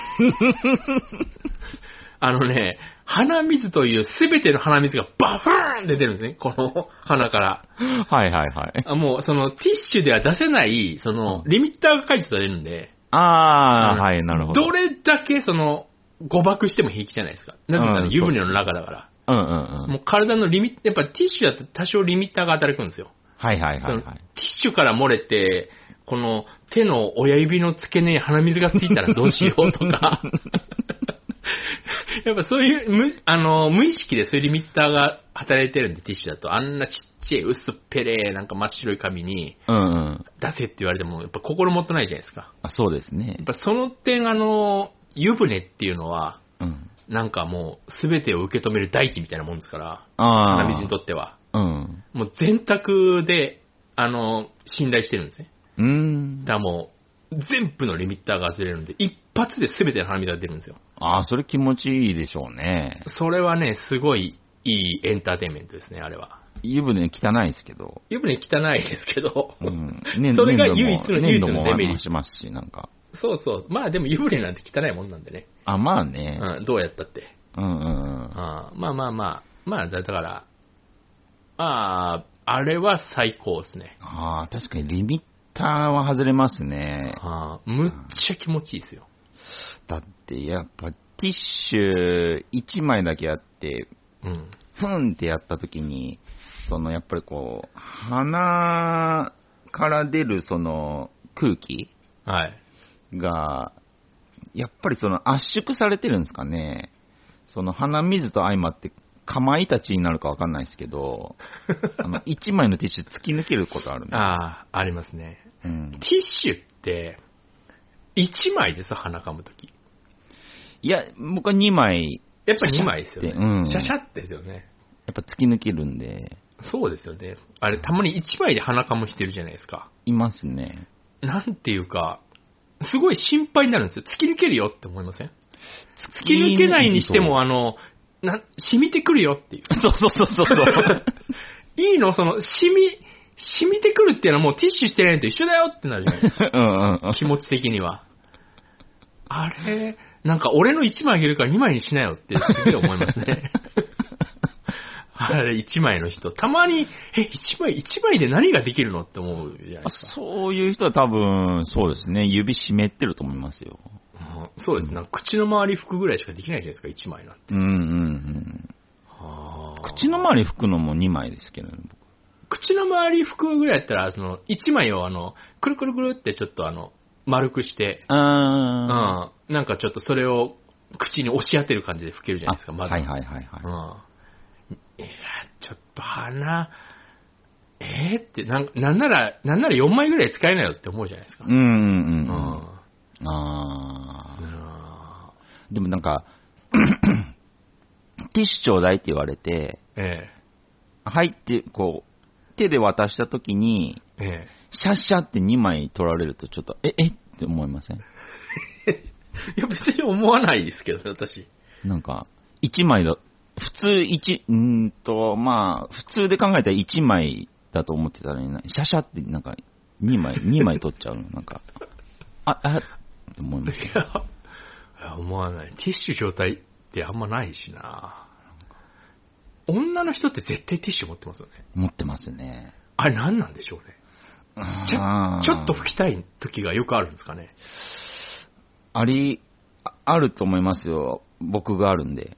Speaker 1: あのね、鼻水というすべての鼻水がバフーンって出るんですね。この鼻から。
Speaker 2: うん。はいはいはい。
Speaker 1: あもう、そのティッシュでは出せない、その、リミッターが解除されるんで、
Speaker 2: あ
Speaker 1: う
Speaker 2: あ、
Speaker 1: ん
Speaker 2: はい、なるほど。
Speaker 1: どれだけその、誤爆しても平気じゃないですか。なぜな
Speaker 2: う
Speaker 1: ら
Speaker 2: ん
Speaker 1: 湯船の中だから。
Speaker 2: うんうんうん。
Speaker 1: もう体のリミッやっぱティッシュだと多少リミッターが働くんですよ。
Speaker 2: はいはいはい
Speaker 1: そ
Speaker 2: は
Speaker 1: の
Speaker 2: い
Speaker 1: ティッ。シュから漏れて、この手の親指の付け根に鼻水がついたらどうしようと か、やっぱそういう無あの無意識でそういうリミッターが働いてるんで、ティッシュだと、あんなちっちゃい薄っぺれなんか真っ白い紙に
Speaker 2: うんうん。
Speaker 1: 出せって言われても、やっぱ心もとないじゃないですか。
Speaker 2: あそうですね
Speaker 1: やっ。ぱその点、あの、湯船っていうのは、
Speaker 2: うん。
Speaker 1: なんかもう全てを受け止める大地みたいなもんですから、
Speaker 2: ああ。
Speaker 1: 鼻水にとっては。
Speaker 2: うん。
Speaker 1: もう全択で、あの、信頼してるんですね。
Speaker 2: うーん
Speaker 1: だか。らもう、全部のリミッターが外れるんで、一発で全ての花火が出るんですよ。
Speaker 2: ああ、それ気持ちいいでしょうね。
Speaker 1: それはね、すごいいいいエンターテインメントですね、あれは。
Speaker 2: 湯船汚いですけど、
Speaker 1: 湯船汚いですけど、
Speaker 2: うん、
Speaker 1: それが唯一の唯一
Speaker 2: 粘土
Speaker 1: の
Speaker 2: も
Speaker 1: デメリット
Speaker 2: 話しますし、なんか、
Speaker 1: そうそう。まあでも湯船なんて汚いもんなんでね。
Speaker 2: あ、まあね、
Speaker 1: うん、どうやったって。
Speaker 2: うんうんうん、
Speaker 1: あーまあまあまあ。まあ、だだから、まあ、あれは最高ですね。
Speaker 2: ああ、確かにリミッターは外れますね。
Speaker 1: あーむっちゃ気持ちいいですよ。
Speaker 2: だってやっぱティッシュ1枚だけあって、
Speaker 1: うん。
Speaker 2: ふんってやった時に、そのやっぱりこう、鼻から出るその空気
Speaker 1: はい。
Speaker 2: が、やっぱりその圧縮されてるんですかね。その鼻水と相まって、かまいたちになるかわかんないです けど、あの、1枚のティッシュ突き抜けることあるね。
Speaker 1: ああ、ありますね。
Speaker 2: うん
Speaker 1: ティッシュって、1枚です、鼻かむとき。
Speaker 2: いや、僕は2枚、
Speaker 1: やっぱり2枚ですよね。
Speaker 2: シャシャってうん
Speaker 1: シャシャってですよね。
Speaker 2: やっぱ突き抜けるんで、
Speaker 1: そうですよね。あれ、たまに1枚で鼻かむしてるじゃないですか。
Speaker 2: いますね。
Speaker 1: なんていうか、すごい心配になるんですよ。突き抜けるよって思いません突き抜けないにしても、あの、な、染みてくるよっていう。
Speaker 2: そうそうそうそう そう。
Speaker 1: いいのその、染み、染みてくるっていうのはもうティッシュしてないのと一緒だよってなるじゃないですか。
Speaker 2: うんうんうん。
Speaker 1: 気持ち的には。あれ、なんか俺の1枚あげるから2枚にしなよってすげえ思います ね。あれ、1枚の人。たまに、え、1枚、1枚で何ができるのって思うじゃないですか。
Speaker 2: そういう人は多分、そうですね、指湿ってると思いますよ。
Speaker 1: うんそうです。なんか口の周り拭くぐらいしかできないじゃないですか、1枚なんて。
Speaker 2: うんうんうん。口の周り拭くのも2枚ですけどね、
Speaker 1: 口の周り拭くぐらいやったら、その、一枚をあの、くるくるくるってちょっとあの、丸くして、
Speaker 2: 僕
Speaker 1: うん、
Speaker 2: あ
Speaker 1: なんかちょっとそれを口に押し当てる感じで拭けるじゃないですか、まず。
Speaker 2: はいはいはいはい。
Speaker 1: うん。いや、ちょっと鼻、えー、って、なんなんなら、なんなら4枚ぐらい使えないよって思うじゃないですか。
Speaker 2: うんうん
Speaker 1: う
Speaker 2: うん。
Speaker 1: ん
Speaker 2: あ
Speaker 1: う
Speaker 2: ー
Speaker 1: ん
Speaker 2: でもなんか、 ティッシュちょうだいって言われて、
Speaker 1: え
Speaker 2: 入って、こう、手で渡したときに、
Speaker 1: ええ
Speaker 2: シャッシャって2枚取られるとちょっと、え、えって思いません
Speaker 1: えいや、別に思わないですけど、私。
Speaker 2: なんか、1枚だ、普通一うーんと、まあ、普通で考えたら1枚だと思ってたのにな、シャシャってなんか、2枚、2 枚取っちゃうの、なんか、あ、あ、って思います。
Speaker 1: いやいや、思わない。ティッシュ状態ってあんまないしな。女の人って絶対ティッシュ持ってますよね。
Speaker 2: 持ってますね。
Speaker 1: あれ何なんでしょうね。ちょちょっと
Speaker 2: あー
Speaker 1: 拭きたい時がよくあるんですかね。
Speaker 2: あり、ああると思いますよ。僕があるんで。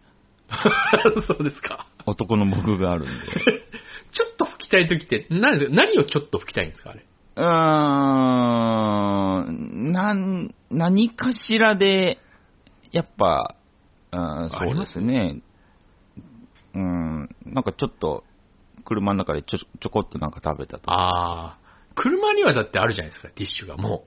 Speaker 1: そうですか。
Speaker 2: 男の僕があるんで。
Speaker 1: ちょっと拭きたい時って何ですか何をちょっと拭きたいんですかあれ。
Speaker 2: うーん、なん、何かしらで、やっぱ、うん
Speaker 1: あり
Speaker 2: そう
Speaker 1: ま
Speaker 2: ですすね。うん、なんかちょっと、車の中でちょちょこっとなんか食べたとか。
Speaker 1: ああ。車にはだってあるじゃないですか、ティッシュがもう。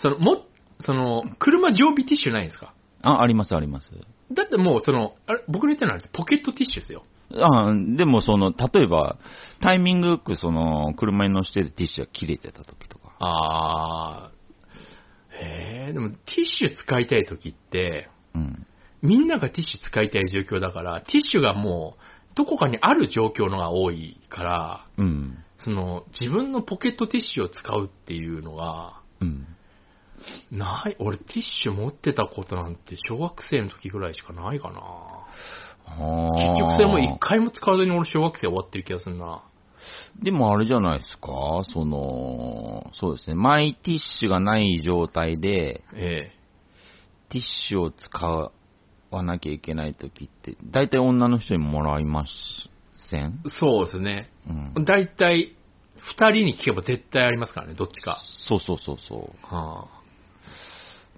Speaker 1: その、も、その、車常備ティッシュないんですか
Speaker 2: あ、ありますあります。
Speaker 1: だってもう、その、あれ僕の言ってるのはポケットティッシュですよ。
Speaker 2: あでもその、例えば、タイミングよくその、車に乗せてるティッシュが切れてた時とか。
Speaker 1: あー。えー、でもティッシュ使いたい時って、
Speaker 2: うん。
Speaker 1: みんながティッシュ使いたい状況だから、ティッシュがもう、どこかにある状況のが多いから、
Speaker 2: うん。
Speaker 1: その、自分のポケットティッシュを使うっていうのが、
Speaker 2: うん。
Speaker 1: ない、俺ティッシュ持ってたことなんて小学生の時ぐらいしかないかな。結局それも一回も使わずに俺小学生終わってる気がするな。
Speaker 2: でもあれじゃないですか、その、そうですね、マイティッシュがない状態で、
Speaker 1: え
Speaker 2: ティッシュを使わなきゃいけないときって、大体女の人にもらいません
Speaker 1: えそうですね。
Speaker 2: うん。
Speaker 1: だいたい、二人に聞けば絶対ありますからね、どっちか。
Speaker 2: そうそうそうそう。
Speaker 1: はあ、
Speaker 2: だか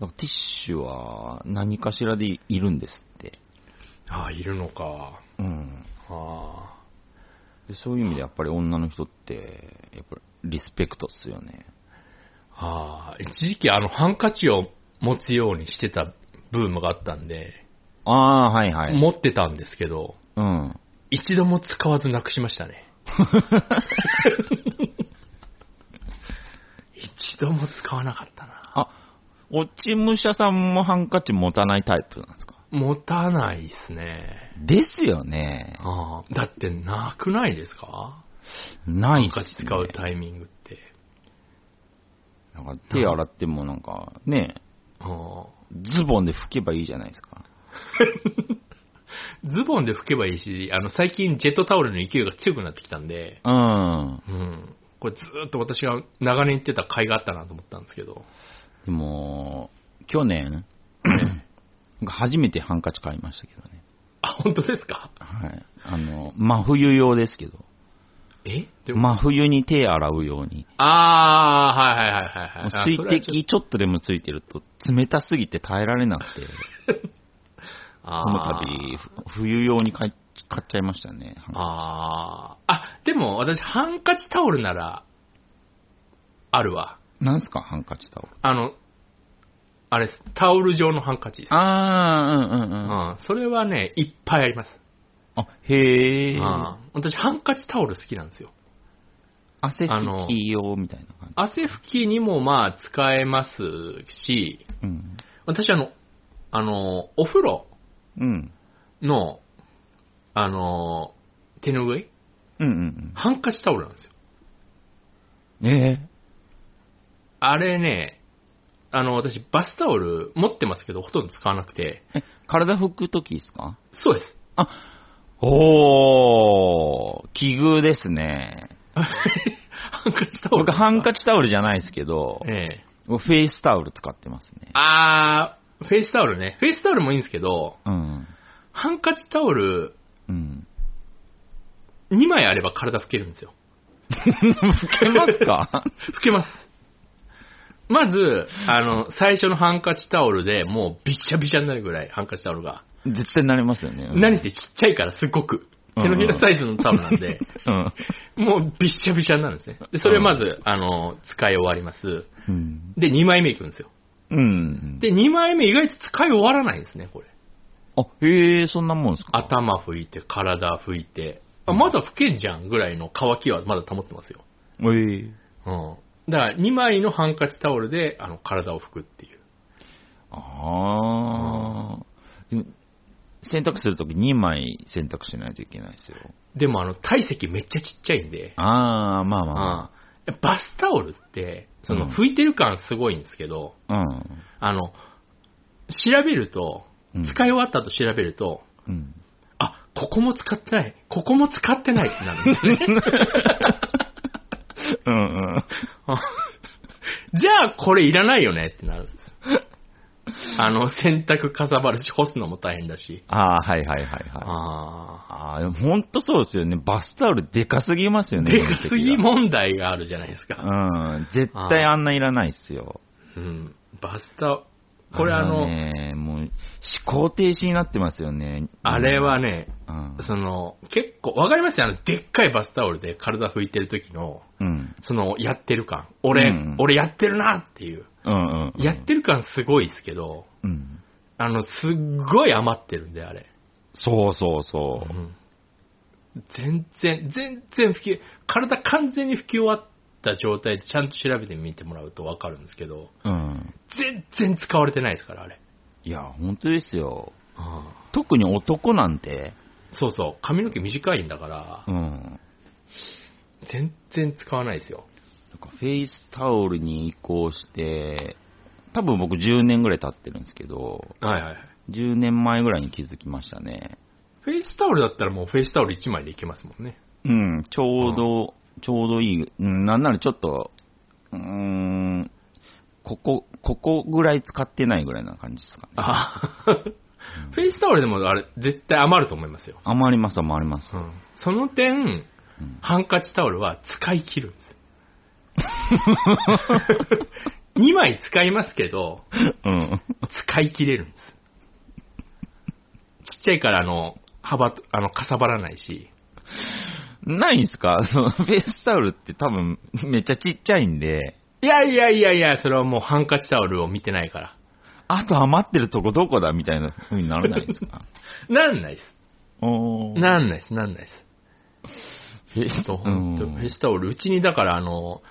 Speaker 2: らティッシュは何かしらでいるんですって。
Speaker 1: ああ、いるのか。
Speaker 2: うん。
Speaker 1: あ
Speaker 2: でそういう意味でやっぱり女の人って、やっぱりリスペクトっすよね。
Speaker 1: あ、ああ、一時期あの、ハンカチを持つようにしてたブームがあったんで、
Speaker 2: ああ、はいはい。
Speaker 1: 持ってたんですけど、
Speaker 2: うん。
Speaker 1: 一度も使わずなくしました ね。一度も使わなかったな。
Speaker 2: あ、落ち武者さんもハンカチ持たないタイプなんですか
Speaker 1: 持たないですね。
Speaker 2: ですよね。
Speaker 1: ああ、だってなくないですか
Speaker 2: ないっ
Speaker 1: 昔
Speaker 2: すね。
Speaker 1: 使うタイミングって。
Speaker 2: なんか手洗ってもなんか、ね、
Speaker 1: ああ
Speaker 2: ズボンで拭けばいいじゃないですか。
Speaker 1: ズボンで拭けばいいし、あの、最近ジェットタオルの勢いが強くなってきたんで、
Speaker 2: うん。
Speaker 1: うん。これずーっと私が長年行ってた甲斐があったなと思ったんですけど。
Speaker 2: でも、去 年、初めてハンカチ買いましたけどね。
Speaker 1: あ、本当ですか
Speaker 2: はい。あの、真冬用ですけど。
Speaker 1: えでも、
Speaker 2: 真冬に手洗うように。
Speaker 1: あー、はいはいはいはい、は
Speaker 2: もう
Speaker 1: い。あ
Speaker 2: 水
Speaker 1: それはちょ
Speaker 2: 滴ちょっとでもついてると冷たすぎて耐えられなくて、
Speaker 1: あ
Speaker 2: こ
Speaker 1: ー
Speaker 2: の度、ふ冬用に買い買っちゃいましたね。
Speaker 1: あー。あ、でも私、ハンカチタオルなら、あるわ。
Speaker 2: なんすか、ハンカチタオル。
Speaker 1: あの、あれです、タオル状のハンカチです。
Speaker 2: あー、うんうんうん。
Speaker 1: うん、それはね、いっぱいあります。
Speaker 2: あ、へえ。
Speaker 1: うん私、ハンカチタオル好きなんですよ。
Speaker 2: 汗
Speaker 1: あ
Speaker 2: 拭
Speaker 1: の
Speaker 2: き用みたいな感じ。
Speaker 1: 汗拭きにもまあ使えますし、
Speaker 2: うん。
Speaker 1: 私あの、あの、お風呂
Speaker 2: うん。
Speaker 1: の、あの、手ぬぐい
Speaker 2: うんうん
Speaker 1: ハンカチタオルなんですよ。
Speaker 2: うん。え
Speaker 1: あれね、あの、私、バスタオル持ってますけど、ほとんど使わなくて。
Speaker 2: ーえ、体拭くときですか
Speaker 1: そうです。
Speaker 2: おー、奇遇ですね。
Speaker 1: ハンカ チタオル。
Speaker 2: 僕、ハンカチタオルじゃないですけど、
Speaker 1: ええ。
Speaker 2: 僕フェイスタオル使ってますね。
Speaker 1: あー、フェイスタオルね。フェイスタオルもいいんですけど、
Speaker 2: うん。
Speaker 1: ハンカチタオル
Speaker 2: うん。
Speaker 1: 2枚あれば体拭けるんですよ。
Speaker 2: 拭けますか
Speaker 1: 拭けます。まず、あの、最初のハンカチタオルでもうびっしゃびしゃになるぐらい、ハンカチタオルが。
Speaker 2: 絶対なりますよね。うん
Speaker 1: 何せちっちゃいから、すごく。手のひらサイズのタオルなん で、
Speaker 2: うん。
Speaker 1: もうびっしゃびしゃになるんですね。で、それまず、あの、使い終わります。
Speaker 2: うん。
Speaker 1: で、2枚目いくんですよ。
Speaker 2: うん。
Speaker 1: で、2枚目意外と使い終わらないんですね、これ。
Speaker 2: あ、へえ、そんなもんですか
Speaker 1: 頭拭いて、体拭いて。あ、まだ拭けんじゃんぐらいの乾きはまだ保ってますよ。
Speaker 2: えー
Speaker 1: うん。だから、2枚のハンカチタオルで、あの、体を拭くっていう。
Speaker 2: あー。でも洗濯するとき2枚洗濯しないといけないですよ。
Speaker 1: でも、あの、体積めっちゃちっちゃいんで、
Speaker 2: あー、まあまあまあ。
Speaker 1: うんバスタオルって、その
Speaker 2: うん
Speaker 1: 拭いてる感すごいんですけど、
Speaker 2: うん。
Speaker 1: あの、調べると
Speaker 2: うん、
Speaker 1: 使い終わった後調べると、
Speaker 2: うん。
Speaker 1: あ、ここも使ってない、ここも使ってないってなるんですね。
Speaker 2: うんうん。
Speaker 1: じゃあこれいらないよねってなるんです。あの、洗濯かさばるし、干すのも大変だし。
Speaker 2: ああ、はいはいはいはい。
Speaker 1: あ
Speaker 2: ああ、でも本当そうですよね。バスタオルでかすぎますよ
Speaker 1: ー
Speaker 2: ね。
Speaker 1: でかすぎ
Speaker 2: 面積が
Speaker 1: 問題があるじゃないですか。
Speaker 2: うん。絶対あんないらないっすよ。
Speaker 1: うん。バスタオこれあの、
Speaker 2: ね、もう、思考停止になってますよね。
Speaker 1: あれはね、
Speaker 2: うん。
Speaker 1: その、結構、わかりますよ、あの、でっかいバスタオルで体拭いてる時の、
Speaker 2: うん。
Speaker 1: その、やってる感。俺、
Speaker 2: うん
Speaker 1: 俺やってるなっていう。
Speaker 2: うんうん。
Speaker 1: やってる感すごいですけど、
Speaker 2: うん。
Speaker 1: あの、すっごい余ってるんで、あれ。
Speaker 2: そうそうそうう。
Speaker 1: ん全然、全然拭き、体完全に拭き終わった状態でちゃんと調べてみてもらうとわかるんですけど、
Speaker 2: うん。
Speaker 1: 全然使われてないですから、あれ。
Speaker 2: いや、本当ですよ。特に男なんて、
Speaker 1: そうそう、髪の毛短いんだから
Speaker 2: う、ん。
Speaker 1: 全然使わないですよ。
Speaker 2: なんかフェイスタオルに移行して、多分僕10年ぐらい経ってるんですけど、
Speaker 1: はいはいはい。
Speaker 2: 10年前ぐらいに気づきましたね。
Speaker 1: フェイスタオルだったらもうフェイスタオル1枚でいけますもんね。
Speaker 2: うん、ちょうど、ちょうどいい。うん、なんならちょっと、うーん、ここ、ここぐらい使ってないぐらいな感じですかね。
Speaker 1: あ フェイスタオルでもあれ、絶対余ると思いますよ。
Speaker 2: 余ります、余ります。
Speaker 1: うんその点、
Speaker 2: うん
Speaker 1: ハンカチタオルは使い切るん です。2枚使いますけど、
Speaker 2: うん。
Speaker 1: 使い切れるんです。ちっちゃいから、あの、幅と、あの、かさばらないし。
Speaker 2: ないんすか そのフェイスタオルって多分、めっちゃちっちゃいんで、
Speaker 1: いやいやいやいや、それはもうハンカチタオルを見てないから。
Speaker 2: あと余ってるとこどこだみたいな風にならないんです か
Speaker 1: なんないです。
Speaker 2: おー
Speaker 1: なんないです、なんないです。
Speaker 2: フェイス
Speaker 1: ちょっと
Speaker 2: う
Speaker 1: 本
Speaker 2: ん
Speaker 1: 当フェイスタオル、うちにだから、あの、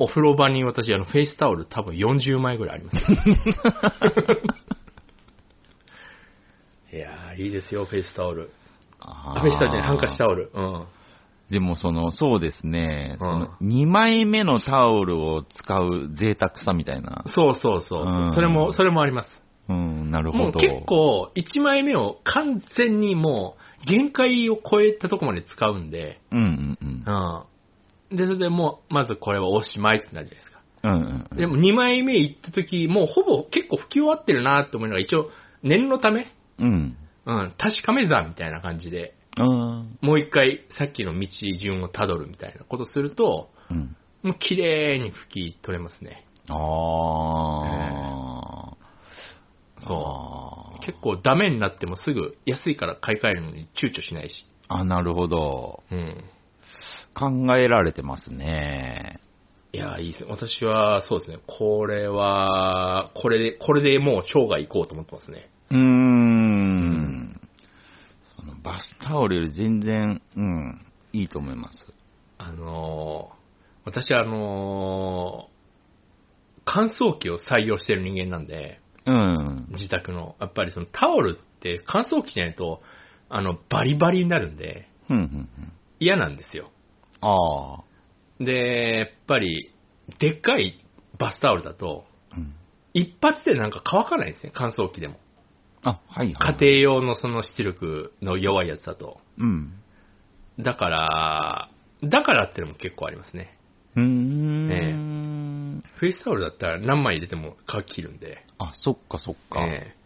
Speaker 1: お風呂場に私、あの、フェイスタオル多分40枚ぐらいありますよ。いやー、いいですよ、フェイスタオル。
Speaker 2: あ
Speaker 1: あ
Speaker 2: ー
Speaker 1: フェイスタオルじゃない、ハンカチタオル。うん。
Speaker 2: でもその、そうですね、
Speaker 1: うん
Speaker 2: その2枚目のタオルを使う贅沢さみたいな。
Speaker 1: そうそうそう。
Speaker 2: うん
Speaker 1: それも、それもあります。
Speaker 2: うん、なる
Speaker 1: も
Speaker 2: ほ
Speaker 1: う
Speaker 2: ど。
Speaker 1: 結構、1枚目を完全にもう、限界を超えたとこまで使うんで、
Speaker 2: うんうんうん。
Speaker 1: うん。で、それでもう、まずこれはおしまいってなるじゃないですか。
Speaker 2: うんうんうん。
Speaker 1: でも2枚目行った時、もうほぼ結構吹き終わってるなって思いながら、一応、念のため、
Speaker 2: うん。
Speaker 1: うん、確かめ算みたいな感じで、
Speaker 2: うん。
Speaker 1: もう一回さっきの道順をたどるみたいなことすると、
Speaker 2: うん。
Speaker 1: もう綺麗に吹き取れますね。
Speaker 2: ああ。
Speaker 1: そ
Speaker 2: あ
Speaker 1: う。
Speaker 2: ー
Speaker 1: 結構ダメになってもすぐ安いから買い替えるのに躊躇しないし。
Speaker 2: あ、なるほど。
Speaker 1: うん。
Speaker 2: 考えられてますね。
Speaker 1: いやー、いいですね。私は、そうですね。これは、これで、これでもう生涯行こうと思ってますね。
Speaker 2: うーん。そのバスタオルより全然、うん、いいと思います。
Speaker 1: あのー、私はあのー、乾燥機を採用してる人間なんで、
Speaker 2: うん。
Speaker 1: 自宅の。やっぱりそのタオルって乾燥機じゃないと、あの、バリバリになるんで、
Speaker 2: うん、うん、うん。
Speaker 1: 嫌なんですよ。
Speaker 2: ああ。
Speaker 1: で、やっぱり、でっかいバスタオルだと、
Speaker 2: うん。
Speaker 1: 一発でなんか乾かないんですね、乾燥機でも。
Speaker 2: あ、はい、は
Speaker 1: 家
Speaker 2: い。
Speaker 1: 庭用のその出力の弱いやつだと。
Speaker 2: うん。
Speaker 1: だから、だからってのも結構ありますね。
Speaker 2: うーん。
Speaker 1: フェイスタオルだったら何枚入れても乾ききるんで。
Speaker 2: あ、そっかそっか、
Speaker 1: え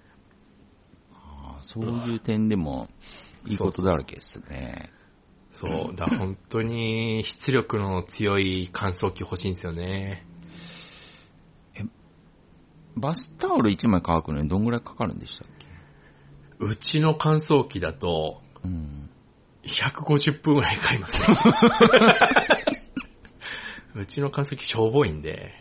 Speaker 2: あーそういう点でも、いいことだらけです
Speaker 1: え
Speaker 2: ね。
Speaker 1: そう。だから本当に出力の強い乾燥機欲しいんですよね。
Speaker 2: バスタオル1枚乾くのにどんぐらいかかるんでしたっ
Speaker 1: うちの乾燥機だと
Speaker 2: けうん。
Speaker 1: 150分ぐらいかかり ますね。うちの乾燥機しょぼいんで、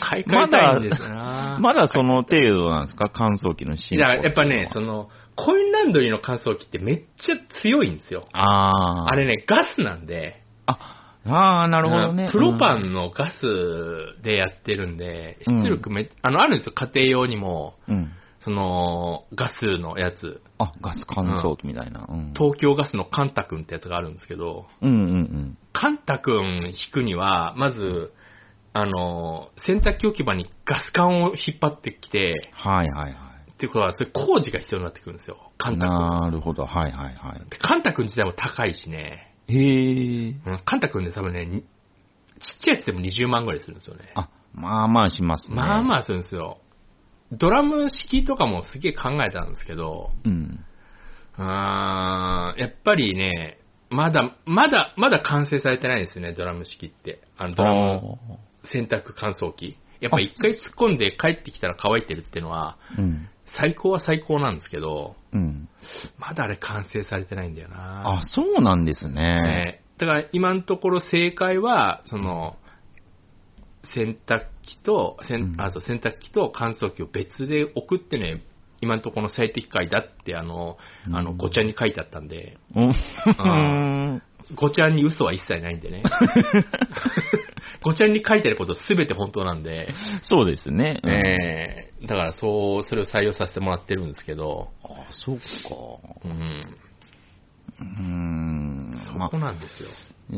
Speaker 1: 買い替えたいんですよな。
Speaker 2: まだその程度なんですか乾燥機の進
Speaker 1: だ
Speaker 2: 歩
Speaker 1: からやっぱね、その、コインランドリーの乾燥機ってめっちゃ強いんですよ。
Speaker 2: ああ。
Speaker 1: あれね、ガスなんで、
Speaker 2: あ、あーなるほどね
Speaker 1: う。んプロパンのガスでやってるんで、
Speaker 2: うん
Speaker 1: 出力め、あの、あるんですよ、家庭用にも、
Speaker 2: うん。うん。
Speaker 1: その、ガスのやつ、
Speaker 2: あ、ガス乾燥機みたいな。うん。
Speaker 1: 東京ガスのカンタ君ってやつがあるんですけど、
Speaker 2: うんうん
Speaker 1: カンタ君引くには、まず、あの、洗濯機置き場にガス管を引っ張ってきて、
Speaker 2: うん。はいはいはい。
Speaker 1: っていうことは、それ工事が必要になってくるんですよ、カンタ君。
Speaker 2: なるほど。はいはいは
Speaker 1: でカンタ君自体も高いしね、
Speaker 2: い。へえ。
Speaker 1: うんカンタ君で多分ね、にちっちゃいやつでも20万ぐらいするんですよね。
Speaker 2: あ、まあまあしますね。
Speaker 1: まあま
Speaker 2: あ。
Speaker 1: あするんですよ。ドラム式とかもすげえ考えたんですけど、
Speaker 2: うん。
Speaker 1: うーん、やっぱりね、まだ、まだ、まだ完成されてないんですよね、ドラム式って。あの、ドラム
Speaker 2: あ
Speaker 1: 洗濯乾燥機。やっぱ一回突っ込んで帰ってきたら乾いてるっていうのは、
Speaker 2: ーうん。
Speaker 1: 最高は最高なんですけど、
Speaker 2: うん。
Speaker 1: まだあれ完成されてないんだよな。
Speaker 2: あ、そうなんですね。
Speaker 1: ねだから今のところ正解は、その、洗濯機と、せん
Speaker 2: うん
Speaker 1: あと洗濯機と乾燥機を別で置くってね、今のところの最適解だって、あの、あの、
Speaker 2: うん
Speaker 1: ごちゃに書いてあったんで、
Speaker 2: うん
Speaker 1: あごちゃに嘘は一切ないんでね。ごちゃに書いてあることすべて本当なんで、
Speaker 2: そうですね。うん
Speaker 1: ええだからそう、それを採用させてもらってるんですけど、
Speaker 2: あ、そうか。
Speaker 1: うん、
Speaker 2: うーん。ま
Speaker 1: そ
Speaker 2: あ
Speaker 1: こ、なんですよ。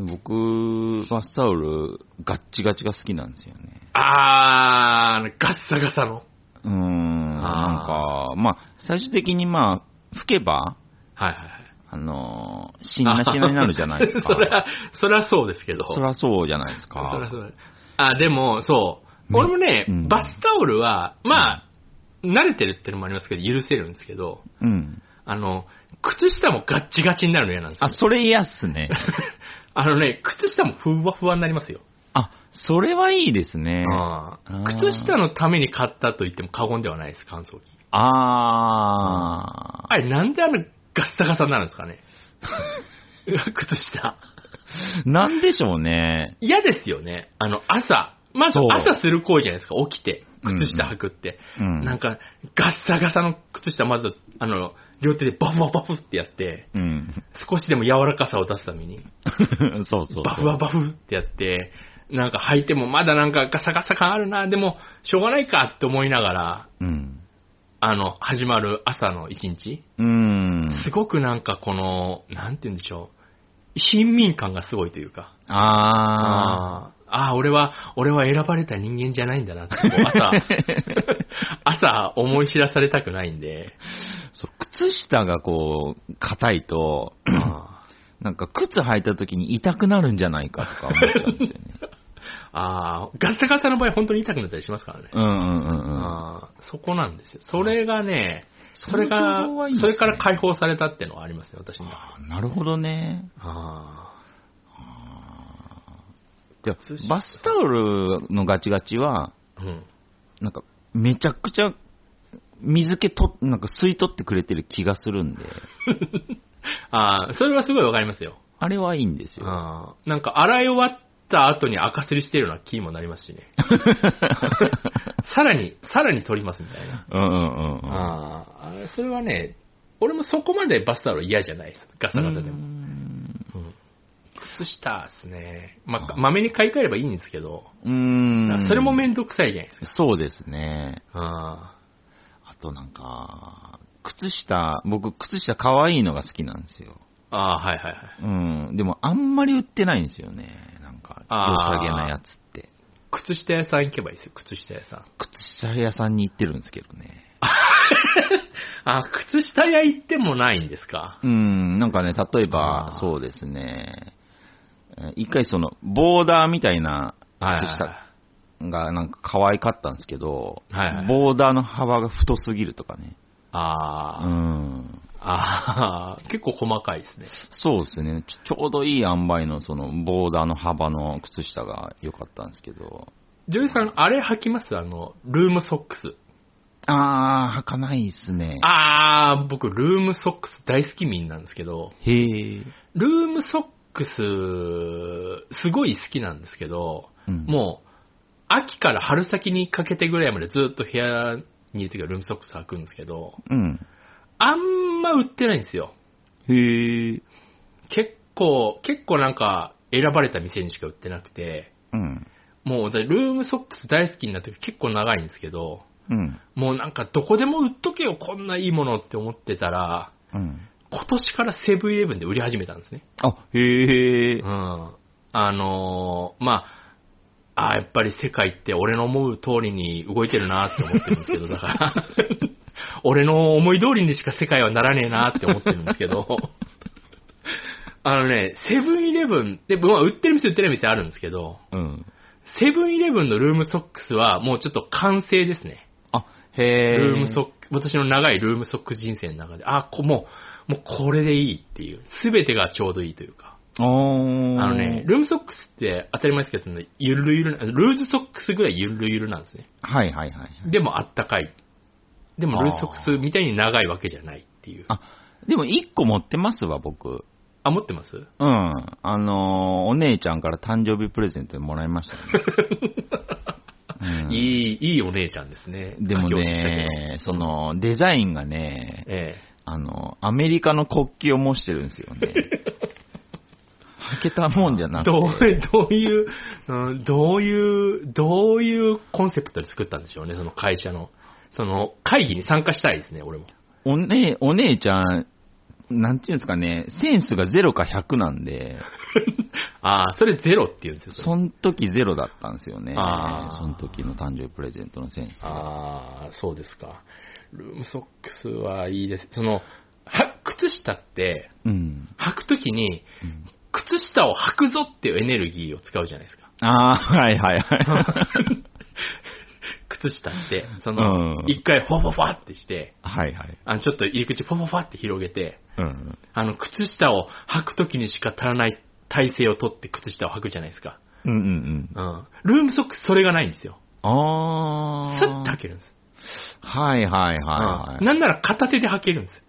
Speaker 2: 僕、バスタオル、ガッチガチが好きなんですよね。
Speaker 1: あー、ガッサガサの。
Speaker 2: うーん。なん
Speaker 1: あ
Speaker 2: か、まあ、最終的にまあ、吹けば、
Speaker 1: はいはいはい。
Speaker 2: あのー、しなしなになるじゃないですか
Speaker 1: そ。りゃ、そりゃそうですけど。
Speaker 2: そらそうじゃないです
Speaker 1: そりゃ
Speaker 2: か。
Speaker 1: そうだあ、でも、そう。
Speaker 2: うん
Speaker 1: 俺もね、
Speaker 2: うん
Speaker 1: バスタオルは、まあ、慣れてるってのもありますけど、許せるんですけど、
Speaker 2: うん。
Speaker 1: あの、靴下もガッチガチになるの嫌なんですよ
Speaker 2: あ、それ嫌っすね。
Speaker 1: あのね、靴下もふわふわになりますよ。
Speaker 2: あ、それはいいですね。
Speaker 1: ああ
Speaker 2: あー
Speaker 1: 靴下のために買ったと言っても過言ではないです、乾燥機。
Speaker 2: あー。
Speaker 1: あれ、なんであのガッサガサになるんです かね靴下。
Speaker 2: なんでしょうね。
Speaker 1: 嫌ですよね。あの、朝。まず
Speaker 2: そう
Speaker 1: 朝する行為じゃないですか。起きて、靴下履くって。
Speaker 2: うん
Speaker 1: なんか、ガッサガサの靴下、まず、あの、両手でバフバフバフってやって、
Speaker 2: うん。
Speaker 1: 少しでも柔らかさを出すために、
Speaker 2: そうそうそう。
Speaker 1: バフはバフってやって、なんか履いてもまだなんかガサガサ感あるな、でも、しょうがないかって思いながら、
Speaker 2: うん。
Speaker 1: ああの、始まる朝の一日、
Speaker 2: うん。
Speaker 1: すごくなんかこの、なんて言うんでしょう、親民感がすごいというか、
Speaker 2: ああ。
Speaker 1: あーあー、俺は、俺は選ばれた人間じゃないんだなって、こう 朝、朝思い知らされたくないんで、
Speaker 2: そう靴下がこう、硬いと、
Speaker 1: あ
Speaker 2: なんか靴履いた時に痛くなるんじゃないかとか思っちゃうんですよ ね。
Speaker 1: ーあー、ガッサガサの場合本当に痛くなったりしますからね。
Speaker 2: うんうんうんうん。
Speaker 1: あーそこなんですよ。それがね、それが、
Speaker 2: その情報はいいです
Speaker 1: そ
Speaker 2: ね
Speaker 1: れから解放されたってのはありますね、私には。
Speaker 2: あなるほどね。
Speaker 1: あ
Speaker 2: じゃあ
Speaker 1: 靴下
Speaker 2: バスタオルのガチガチは、
Speaker 1: ーうん。
Speaker 2: なんか、めちゃくちゃ、水気と、なんか吸い取ってくれてる気がするんで、
Speaker 1: あーそれはすごいわかりますよ。
Speaker 2: あれはいいんですよ。
Speaker 1: あーなんか洗い終わった後に赤すりしてるような気にもなりますし ね。さらに、さらに取りますみたいな。
Speaker 2: うんうんうんうん。
Speaker 1: ああ、あれそれはね、俺もそこまでバスタオル嫌じゃないです。ガサガサで
Speaker 2: うー
Speaker 1: も。
Speaker 2: ん
Speaker 1: うん靴下ですね。まあ、
Speaker 2: あ
Speaker 1: まめに買い替えればいいんですけど、
Speaker 2: うーん。
Speaker 1: それもめんどくさいじゃないですか。
Speaker 2: そうですね。
Speaker 1: あ
Speaker 2: あとなんか、靴下、僕、靴下可愛いのが好きなんですよ。
Speaker 1: あ、ああはいはいはい。
Speaker 2: うん。でも、あんまり売ってないんですよね。なんか、良
Speaker 1: あー
Speaker 2: さげなやつって。
Speaker 1: 靴下屋さん行けばいいですよ、靴下屋さん。
Speaker 2: 靴下屋さんに行ってるんですけどね。
Speaker 1: ああ、靴下屋行ってもないんですか。
Speaker 2: うん、なんかね、例え
Speaker 1: あ
Speaker 2: ば
Speaker 1: ー、
Speaker 2: そうですね。えー一回その、ボーダーみたいな靴
Speaker 1: はいはい
Speaker 2: 下がなんか可愛かったんですけど、
Speaker 1: はいはい
Speaker 2: ボーダーの幅が太すぎるとかね。う
Speaker 1: ああ、
Speaker 2: ん。
Speaker 1: ああ、 結構細かいですね。
Speaker 2: そうですねちょ。ちょうどいい塩梅のその、ボーダーの幅の靴下が良かったんですけど。
Speaker 1: ジョイさん、あれ履きますあの、ルームソックス。
Speaker 2: あー、履かないですね。
Speaker 1: ああ、僕、ルームソックス大好きみんなんですけど、
Speaker 2: へー。
Speaker 1: ルームソックス、すごい好きなんですけど、
Speaker 2: うん
Speaker 1: もう、秋から春先にかけてぐらいまでずっと部屋にいるときはルームソックス履くんですけど、
Speaker 2: うん。
Speaker 1: あんま売ってないんですよ。
Speaker 2: へー。
Speaker 1: 結構、結構なんか、選ばれた店にしか売ってなくて、
Speaker 2: うん。
Speaker 1: もう私、ルームソックス大好きになって結構長いんですけど、
Speaker 2: うん。
Speaker 1: もうなんかどこでも売っとけよ、こんないいものって思ってたら、
Speaker 2: うん。
Speaker 1: 今年からセブンイレブンで売り始めたんですね。
Speaker 2: あ、へー
Speaker 1: う。ん。あのーまあ、あーやっぱり世界って俺の思う通りに動いてるなって思ってるんですけど、だから、俺の思い通りにしか世界はならねえなって思ってるんですけど、あのね、セブンイレブン、で、まあ、売ってる店売ってない店あるんですけど、
Speaker 2: うん。
Speaker 1: セブンイレブンのルームソックスはもうちょっと完成ですね。
Speaker 2: あ、へー。
Speaker 1: ルームソック、私の長いルームソックス人生の中で、あ、こもう、もうこれでいいっていう、すべてがちょうどいいというか。
Speaker 2: あー
Speaker 1: あのね、ルームソックスって当たり前ですけど、そのゆるゆるな、ルーズソックスぐらいゆるゆるなんですね。
Speaker 2: はいはいはい。
Speaker 1: でもあったかい。でもルーズソックスみたいに長いわけじゃないっていう。あ、
Speaker 2: あ、でも一個持ってますわ、僕。
Speaker 1: 持ってます
Speaker 2: うん。あのーお姉ちゃんから誕生日プレゼントでもらいま したね。うん
Speaker 1: いい、いいお姉ちゃんですね。
Speaker 2: でも
Speaker 1: 書き下ろしだけ
Speaker 2: ね、その、デザインがね、
Speaker 1: ど、え
Speaker 2: あの、アメリカの国旗を模してるんですよね。履けたもんじゃ
Speaker 1: え
Speaker 2: な く
Speaker 1: どう
Speaker 2: て。、
Speaker 1: どういう、うんどういう、どういうコンセプトで作ったんでしょうね、その会社の。その、会議に参加したいですね、俺も。
Speaker 2: おね、お姉ちゃん、なんていうんですかね、センスが0か100なんで、
Speaker 1: ああ、それゼロって言うんですよ、それ
Speaker 2: その時ゼロだったんですよね。
Speaker 1: あー
Speaker 2: その時の誕生日プレゼントのセンス。
Speaker 1: ああ、そうですか。ルームソックスはいいです。その、は、靴下って、
Speaker 2: うん。
Speaker 1: 履くときに、
Speaker 2: うん
Speaker 1: 靴下を履くぞっていうエネルギーを使うじゃない ですか。
Speaker 2: ああ、はいはいはい。
Speaker 1: 靴下って、その
Speaker 2: うん、
Speaker 1: 一、回フォフォファってして、
Speaker 2: はいはい。
Speaker 1: あの、ちょっと入り口フォフォファって広げて、
Speaker 2: うん。
Speaker 1: あの、靴下を履くときにしか足らない体勢をとって靴下を履くじゃないですか。
Speaker 2: うんうんうん。
Speaker 1: うん。ルームソックスそれがないんですよ。ス
Speaker 2: ああ。
Speaker 1: ッと履けるんです。
Speaker 2: はいはいはいは
Speaker 1: うん
Speaker 2: い。
Speaker 1: なんなら片手で履けるんです。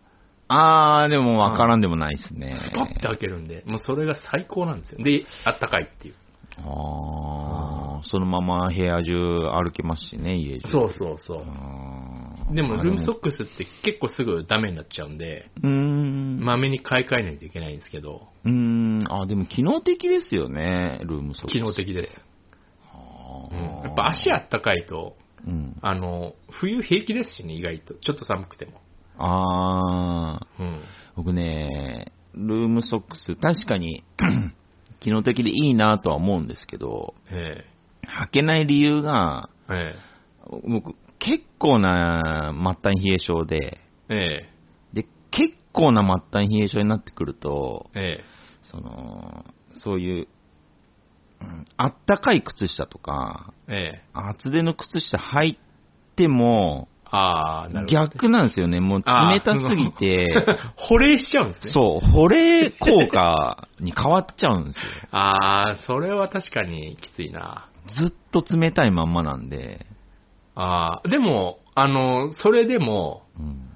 Speaker 2: ああ、でもわからんでもないですね。
Speaker 1: スパッて開けるんで、もうそれが最高なんですよ。で、あったかいっていう。
Speaker 2: ああ、そのまま部屋中歩けますしね、家中。
Speaker 1: そうそうそ
Speaker 2: あー
Speaker 1: でも、ルームソッ
Speaker 2: あ
Speaker 1: クスって結構すぐダメになっちゃうんで、
Speaker 2: でもうーん。
Speaker 1: まめに買い替えないといけないんですけど、
Speaker 2: うーん。あ、でも機能的ですよね、ルームソックス。
Speaker 1: 機能的です。
Speaker 2: あ
Speaker 1: う
Speaker 2: ー
Speaker 1: んやっぱ足あったかいと、
Speaker 2: うん。
Speaker 1: あの、冬平気ですしね、意外と。ちょっと寒くても。
Speaker 2: あー、
Speaker 1: うん。
Speaker 2: 僕ね、ルームソックス、確かに、 機能的でいいなとは思うんですけど、
Speaker 1: え
Speaker 2: 履けない理由が、
Speaker 1: ええ
Speaker 2: 僕、結構な末端冷え症で、
Speaker 1: ええ
Speaker 2: で、結構な末端冷え症になってくると、
Speaker 1: ええ
Speaker 2: その、そういう、うんあったかい靴下とか、
Speaker 1: ええ
Speaker 2: 厚手の靴下履いても、
Speaker 1: ああ、なるほど。
Speaker 2: 逆なんですよね。もう
Speaker 1: あー
Speaker 2: 冷たすぎて、
Speaker 1: 保冷しちゃうんですね。う。
Speaker 2: そう、保冷効果に変わっちゃうんですよ。
Speaker 1: ああ、それは確かにきついな。
Speaker 2: ずっと冷たいまんまなんで、
Speaker 1: ああ、でも、あの、それでも、
Speaker 2: うん。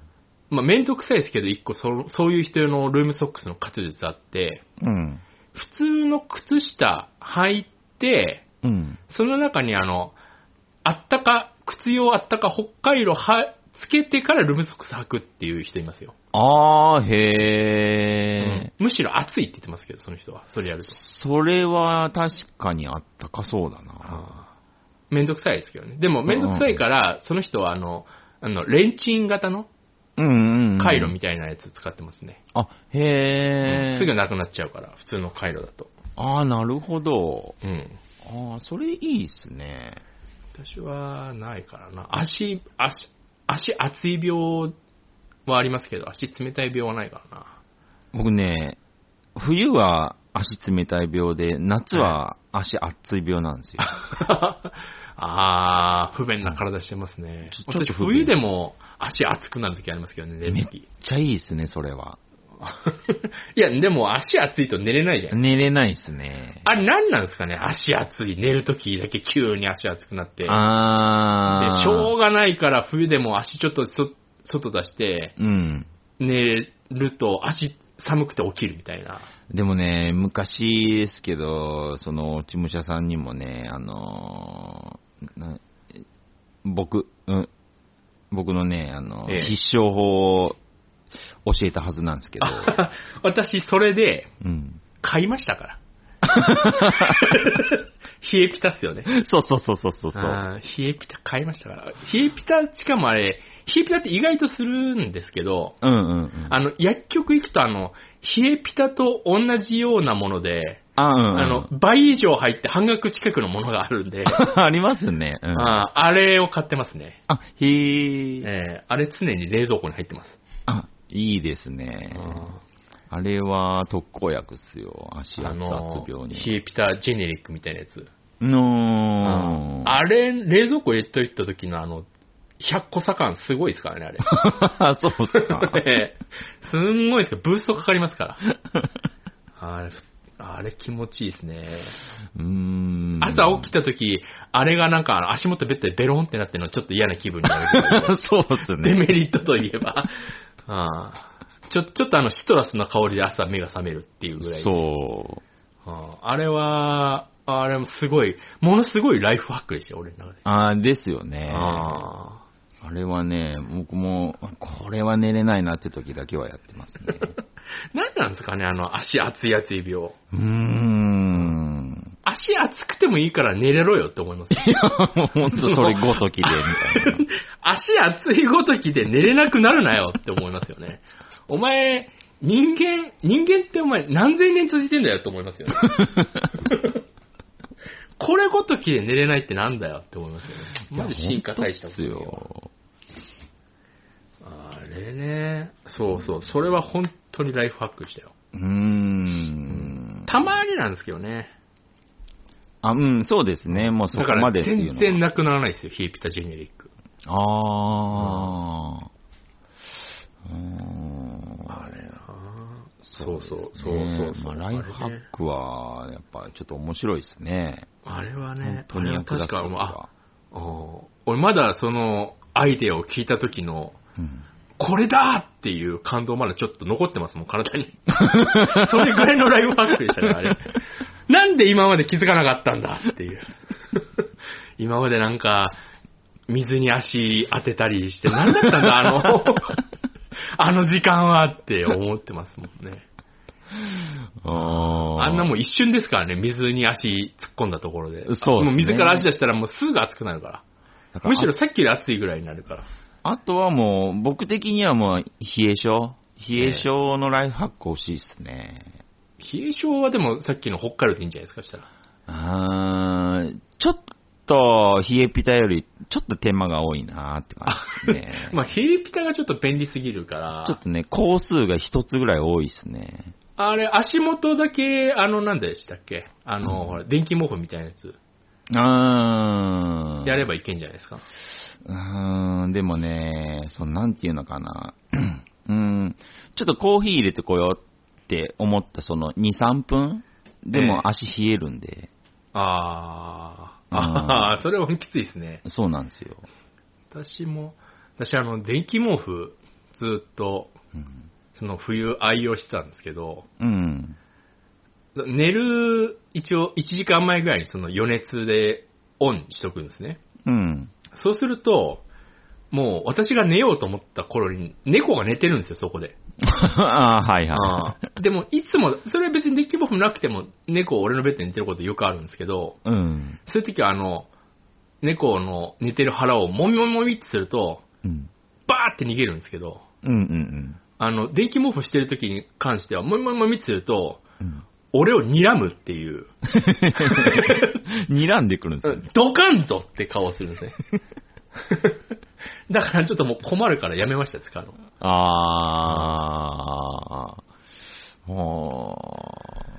Speaker 1: まあ、めんどくさいですけど、一個そ、そういう人用のルームソックスの活術あって、
Speaker 2: うん。
Speaker 1: 普通の靴下履いて、
Speaker 2: うん。
Speaker 1: その中にあの、あったか、靴用あったか北海道は、つけてからルームソックス履くっていう人いますよ。
Speaker 2: あー、
Speaker 1: う
Speaker 2: へ
Speaker 1: ん。
Speaker 2: ー
Speaker 1: むしろ暑いって言ってますけど、その人は。それやると。
Speaker 2: それは確かにあったかそうだな。
Speaker 1: めんどくさいですけどね。でも、めんどくさいから、その人はあの、あの、レンチン型の
Speaker 2: うんうん、うん。
Speaker 1: 回路みたいなやつ使ってますね。
Speaker 2: あ、へー。
Speaker 1: すぐなくなっちゃうから、普通の回路だと。
Speaker 2: ああ、なるほど。
Speaker 1: うん。
Speaker 2: ああ、それいいっすね。
Speaker 1: 私はないからな。足、足、足熱い病はありますけど、足冷たい病はないから な。
Speaker 2: 僕ね、冬は足冷たい病で、夏は足熱い病なんです よ。
Speaker 1: ああ、不便な体してますね。
Speaker 2: ちょちょ
Speaker 1: 私、
Speaker 2: っと不便
Speaker 1: 冬でも足熱くなる時ありますけどね、寝る時。
Speaker 2: めっちゃいいっすね、それは。
Speaker 1: いや、でも足熱いと寝れないじゃん。
Speaker 2: 寝れないっすね。
Speaker 1: あれ何なんですかね足熱い。寝る時だけ急に足熱くなって。で、
Speaker 2: ああ。
Speaker 1: しょうがないから冬でも足ちょっとそ外出して、
Speaker 2: うん。
Speaker 1: 寝ると足寒くて起きるみたいな。
Speaker 2: でもね、昔ですけど、その、事務所さんにもね、あのーな僕、うん、僕のね、あの、
Speaker 1: ええ
Speaker 2: 必勝法を教えたはずなんですけど、
Speaker 1: 私、それで
Speaker 2: うん。
Speaker 1: 買いましたから。 冷えピタっすよね。
Speaker 2: そうそうそうそうそうそう。
Speaker 1: あー冷えピタ買いましたから。冷えピタ、しかもあれ、冷えピタって意外とするんですけど、
Speaker 2: うんうんうん。
Speaker 1: あの、薬局行くとあの、冷えピタと同じようなもので、
Speaker 2: あ、うんうん、
Speaker 1: あの、倍以上入って半額近くのものがあるんで、あ
Speaker 2: ありますね。うん、あ
Speaker 1: ーあれを買ってますね。
Speaker 2: へー
Speaker 1: えーあれ常に冷蔵庫に入ってます。
Speaker 2: あ、いいですね。あれは特効薬っすよ。足
Speaker 1: あ
Speaker 2: 圧
Speaker 1: の
Speaker 2: 圧病に。
Speaker 1: 冷えピタジェネリックみたいなやつ。
Speaker 2: のー
Speaker 1: あれ、冷蔵庫入れといた時のあの、100個差感すごいですからね、あ れ。
Speaker 2: そうっすか。
Speaker 1: ええすんごいですよ。ブーストかかりますから。あれ、あれ気持ちいいですね。
Speaker 2: うーん。
Speaker 1: 朝起きた時、あれがなんかあの足元ベッドでベロンってなってるのちょっと嫌な気分にな るけど。
Speaker 2: そうっす
Speaker 1: デメ
Speaker 2: ね。
Speaker 1: リットといえば。ああちょ、ちょっとあのシトラスの香りで朝目が覚めるっていうぐらい。
Speaker 2: そう。
Speaker 1: あああれは、あれもすごい、ものすごいライフハックでしたよ、俺の中で。
Speaker 2: あーですよね。あ
Speaker 1: あ
Speaker 2: れはね、僕も、これは寝れないなって時だけはやってます ね。
Speaker 1: あなんなんですかね、あの足熱い熱い病。
Speaker 2: うー ん。
Speaker 1: 足熱くてもいいから寝れろよって 思います。
Speaker 2: ほんとそれごときで、みたいな。
Speaker 1: 足熱いごときで寝れなくなるなよって思いますよね。お前、人間、人間ってお前何千年続いてんだよって思います よね。これごときで寝れないってなんだよって思いますよ
Speaker 2: い
Speaker 1: ね。
Speaker 2: や
Speaker 1: まず進化大した
Speaker 2: ほん
Speaker 1: ことと
Speaker 2: っす
Speaker 1: に
Speaker 2: よ。
Speaker 1: あれね。そうそう。それは本当にライフハックしたよ。
Speaker 2: うーん。
Speaker 1: たまになんですけどね。
Speaker 2: あ、うん、そうですね。もうそ
Speaker 1: だ
Speaker 2: こ
Speaker 1: か
Speaker 2: ま
Speaker 1: ら
Speaker 2: でっていうの
Speaker 1: 全
Speaker 2: は。
Speaker 1: 然なくならないですよ、ヒーピタジェネリック。
Speaker 2: あー。うーん。
Speaker 1: あれな
Speaker 2: そ
Speaker 1: そうう
Speaker 2: そ
Speaker 1: そうう、
Speaker 2: そ
Speaker 1: そうう
Speaker 2: そ
Speaker 1: そううそ
Speaker 2: そ。
Speaker 1: うう。
Speaker 2: まあ、ライフハックは、やっぱちょっと面白いですね。
Speaker 1: あれは
Speaker 2: 本
Speaker 1: ね、
Speaker 2: 当に役立つ
Speaker 1: あれは確か
Speaker 2: と
Speaker 1: もう、あ
Speaker 2: か、
Speaker 1: お俺まだそのアイデアを聞いた時の、
Speaker 2: うん
Speaker 1: これだっていう感動まだちょっと残ってますもん、体 に。それぐらいのライブハックでしたね、あれ。なんで今まで気づかなかったんだっていう。 今までなんか、水に足当てたりして、なんだったんだ、あ の、あの時間はって思ってますもんね。
Speaker 2: あ
Speaker 1: あんな
Speaker 2: も
Speaker 1: もん一瞬ですからね、水に足突っ込んだところで。
Speaker 2: そうですね
Speaker 1: もう水から足出したらもうすぐ熱くなるから。
Speaker 2: だから
Speaker 1: むしろさっきより暑いぐらいになるから。
Speaker 2: ああとはもう、僕的にはもう、冷え性。冷え性のライフハック欲しいっすね。
Speaker 1: 冷え性はでもさっきの北海道でいいんじゃないですか、したら。。
Speaker 2: あーちょっと、冷えピタより、ちょっと手間が多いなーって感じですね
Speaker 1: まあ、冷えピタがちょっと便利すぎるから、
Speaker 2: ちょっとね、工数が一つぐらい多いっすね。
Speaker 1: あれ、足元だけ、あの、なんでしたっけあの、ほら、電気毛布みたいなやつ、
Speaker 2: あー
Speaker 1: やればいけんじゃないですか。
Speaker 2: うーん、でもね、そのなんていうのかな。 うん、ちょっとコーヒー入れてこようって思ったその2、3分で
Speaker 1: ええ
Speaker 2: も足冷えるんで、
Speaker 1: あー、
Speaker 2: うん
Speaker 1: あ ー、それはきついですね。
Speaker 2: そうなんですよ。
Speaker 1: 私も、私、あの、電気毛布、ずっと、
Speaker 2: うん。
Speaker 1: その、冬愛用してたんですけど、
Speaker 2: うん。
Speaker 1: 寝る、一応、1時間前ぐらいにその余熱でオンしとくんですね。
Speaker 2: うん。
Speaker 1: そうすると、もう私が寝ようと思った頃に猫が寝てるんですよ、そこで。
Speaker 2: あーはいは
Speaker 1: ああでも、いつも、それは別に電気毛布なくても、猫俺のベッドに寝てることよくあるんですけど、
Speaker 2: い。うん。
Speaker 1: そういう時は、あの、猫の寝てる腹をもみもみもみってすると、
Speaker 2: うん。
Speaker 1: バーって逃げるんですけど、
Speaker 2: うんうん
Speaker 1: あの、電気毛布してる時に関しては、もみもみもみってすると、
Speaker 2: うん。
Speaker 1: 俺を睨むっていう、
Speaker 2: うん。睨んでくるんですよね。
Speaker 1: ドカンぞって顔をするんですね。だからちょっともう困るからやめました、使うの。
Speaker 2: あー。もう、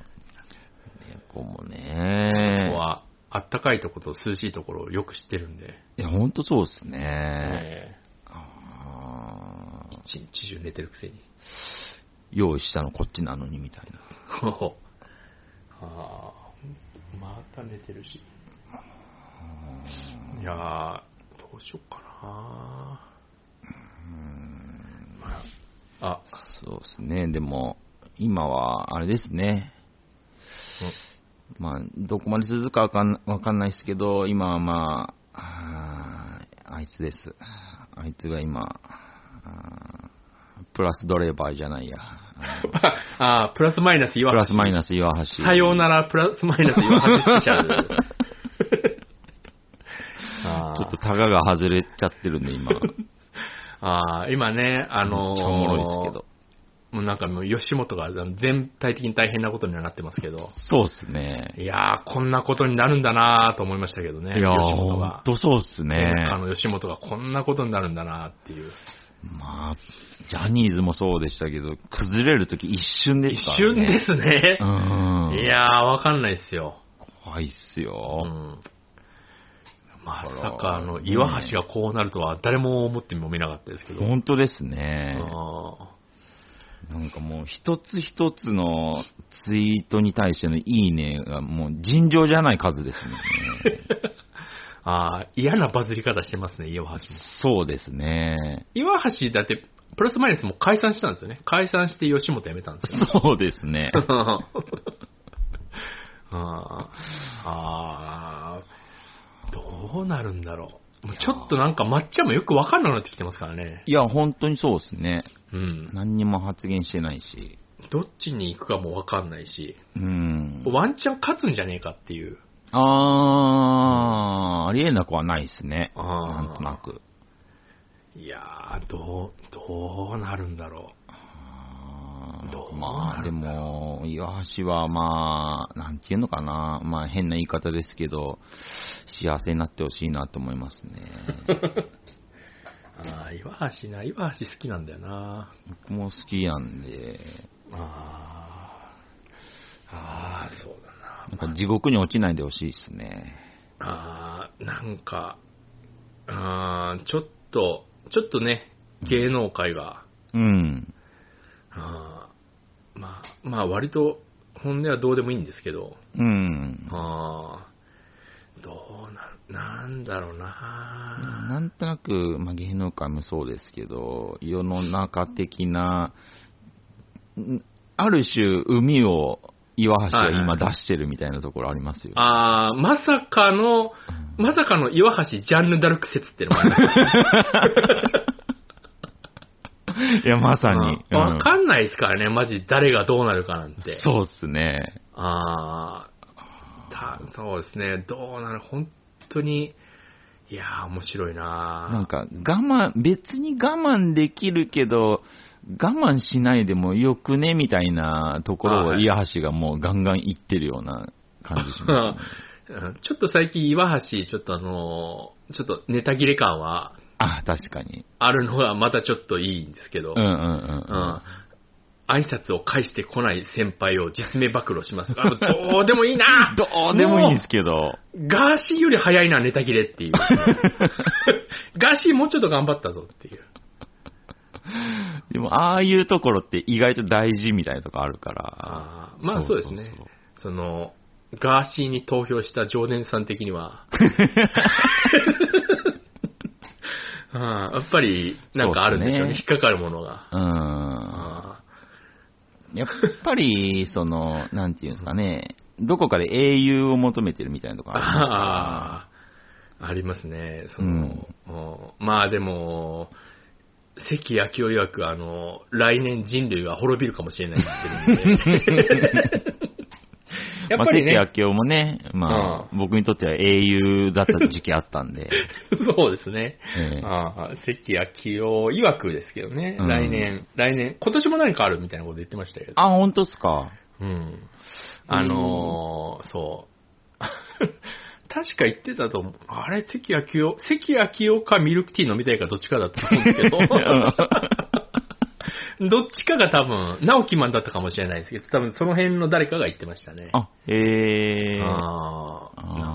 Speaker 2: 猫もね。
Speaker 1: ここは、あったかいとこと涼しいところをよく知ってるんで、
Speaker 2: いや、ほんとそうですね。
Speaker 1: え
Speaker 2: あー
Speaker 1: ー一日中寝てるくせに。
Speaker 2: 用意したのこっちなのにみたい な。
Speaker 1: ほうあーまた寝てるし。いやー、どうしようかなまあ、あ、
Speaker 2: そうですね。でも、今は、あれですね。まあ、どこまで続くかわかんわかんないですけど、今はまあ、あーあいつです。あいつが今、あープラスドレーバーじゃないや。
Speaker 1: あープラスマイナス
Speaker 2: プ
Speaker 1: 岩橋。
Speaker 2: ラスマイナス岩橋。
Speaker 1: さようなら、プラスマイナス岩橋スペシャ ル。あー
Speaker 2: ちょっとタガが外れちゃってるんで、今。
Speaker 1: あー今ね、 あのー
Speaker 2: めっちゃおもろいですけど。
Speaker 1: もうなんかもう吉本があの全体的に大変なことにはなってますけど、
Speaker 2: そうですね。
Speaker 1: いやー、こんなことになるんだなーと思いましたけどね、
Speaker 2: いやー、
Speaker 1: 吉本
Speaker 2: ほん
Speaker 1: が。
Speaker 2: とそうですね。
Speaker 1: あの吉本がこんなことになるんだなーっていう。
Speaker 2: まあ、ジャニーズもそうでしたけど、崩れるとき一瞬で
Speaker 1: 一
Speaker 2: すから
Speaker 1: 瞬
Speaker 2: ね。
Speaker 1: ですね
Speaker 2: う。ん。
Speaker 1: いやー、わかんないですよ。
Speaker 2: 怖いっす
Speaker 1: う
Speaker 2: よ。
Speaker 1: んま
Speaker 2: だ
Speaker 1: さ
Speaker 2: か
Speaker 1: からあの、岩橋がこうなるとは誰も思ってもみなかったですけど。
Speaker 2: 本当ですね。
Speaker 1: あ
Speaker 2: なんかもう一つ一つのツイートに対してのいいねがもう尋常じゃない数ですもんね。
Speaker 1: ー あー、嫌なバズり方してますね、岩橋も。
Speaker 2: そうですね。
Speaker 1: 岩橋だって、プラスマイナスも解散したんですよね。解散して吉本辞めたんですよ。
Speaker 2: そうで すね。
Speaker 1: あーあー、どうなるんだろう。もうちょっとなんか抹茶もよくわかんなくなってきてますからね。
Speaker 2: いや、本当にそうですね。
Speaker 1: うん。
Speaker 2: 何にも発言してないし。
Speaker 1: どっちに行くかもわかんないし、
Speaker 2: うん。
Speaker 1: ワンチャン勝つんじゃねえかっていう。
Speaker 2: あー、ありえなくはないですね。
Speaker 1: あー
Speaker 2: なんとなく。
Speaker 1: いやー、どう、どうなるんだろ
Speaker 2: あー
Speaker 1: どう
Speaker 2: ま
Speaker 1: な
Speaker 2: あ
Speaker 1: る
Speaker 2: で
Speaker 1: んだ
Speaker 2: も、岩橋はまあ、なんていうのかな、まあ変な言い方ですけど、幸せになってほしいなと思います ね。
Speaker 1: う。あー岩橋な、岩橋好きなんだよな。
Speaker 2: 僕も好きなんで、
Speaker 1: あー、あー、そうだな。
Speaker 2: なんか地獄に落ちないでほしいですね。
Speaker 1: あーなんか、あーちょっと、ちょっとね、芸能界が、
Speaker 2: うん。
Speaker 1: あーまあ、まあ、割と本音はどうでもいいんですけど、
Speaker 2: うん。
Speaker 1: あーどうな、なんだろうな
Speaker 2: なんとなく、まあ、芸能界もそうですけど、世の中的な、んある種、海を岩橋が今出してるみたいなところありますよ。
Speaker 1: あーまさかの、まさかの岩橋ジャンヌダルク説ってのも ある。
Speaker 2: いや、ま さに。
Speaker 1: あわか
Speaker 2: うん
Speaker 1: ないですからね、マジ誰がどうなるかなん
Speaker 2: ん
Speaker 1: て。
Speaker 2: そうっすね。
Speaker 1: ああ、た、そうですね、どうなる、本当に、いやー、面白いな
Speaker 2: なんか我慢、別に我慢できるけど、我慢しないでもよくねみたいなところ
Speaker 1: は
Speaker 2: を
Speaker 1: い
Speaker 2: 岩橋がもうガンガン行ってるような感じします、ね。
Speaker 1: うんちょっと最近岩橋、ちょっとあのーちょっとネタ切れ感は
Speaker 2: あ、確かに。
Speaker 1: あるのがまたちょっといいんですけど、
Speaker 2: うんうんうん
Speaker 1: う
Speaker 2: うん
Speaker 1: ん。挨拶を返してこない先輩を実名暴露します。あのどうでもいいな
Speaker 2: どうでもいいんですけど。
Speaker 1: もうガーシーより早いな、ネタ切れって いう。ガーシーもうちょっと頑張ったぞっていう。
Speaker 2: でも、ああいうところって意外と大事みたいなとこあるから。
Speaker 1: あーまあそうですね。そ
Speaker 2: そう
Speaker 1: の、ガーシーに投票した常連さん的に は。うんやっぱり、なんかあるんでしょうね。
Speaker 2: そう
Speaker 1: 引っ
Speaker 2: っすね
Speaker 1: かかるものが。
Speaker 2: ううん。
Speaker 1: あ
Speaker 2: やっぱり、その、なんていうんですかね、どこかで英雄を求めてるみたいなとこありますから。
Speaker 1: あー、ありますね。その、うんまあでも、関明夫曰く、あの、来年人類は滅びるかもしれないって言ってるん で。やっぱりね、
Speaker 2: まあ、関明夫もね、まあ、僕にとっては英雄だった時期あった んで、
Speaker 1: そうですね。
Speaker 2: ええ
Speaker 1: ああ関明夫曰くですけどね、
Speaker 2: うん
Speaker 1: 来年、来年、今年も何かあるみたいなこと言ってましたけど。
Speaker 2: あ、本当っすか。
Speaker 1: うん。あのーそう。 確か言ってたと思う。あれ、関明夫、関明夫かミルクティー飲みたいかどっちかだったと思うんです けど。どっちかが多分、直木マンだったかもしれないですけど、多分その辺の誰かが言ってましたね。
Speaker 2: あ、へえ。
Speaker 1: あー
Speaker 2: あー
Speaker 1: な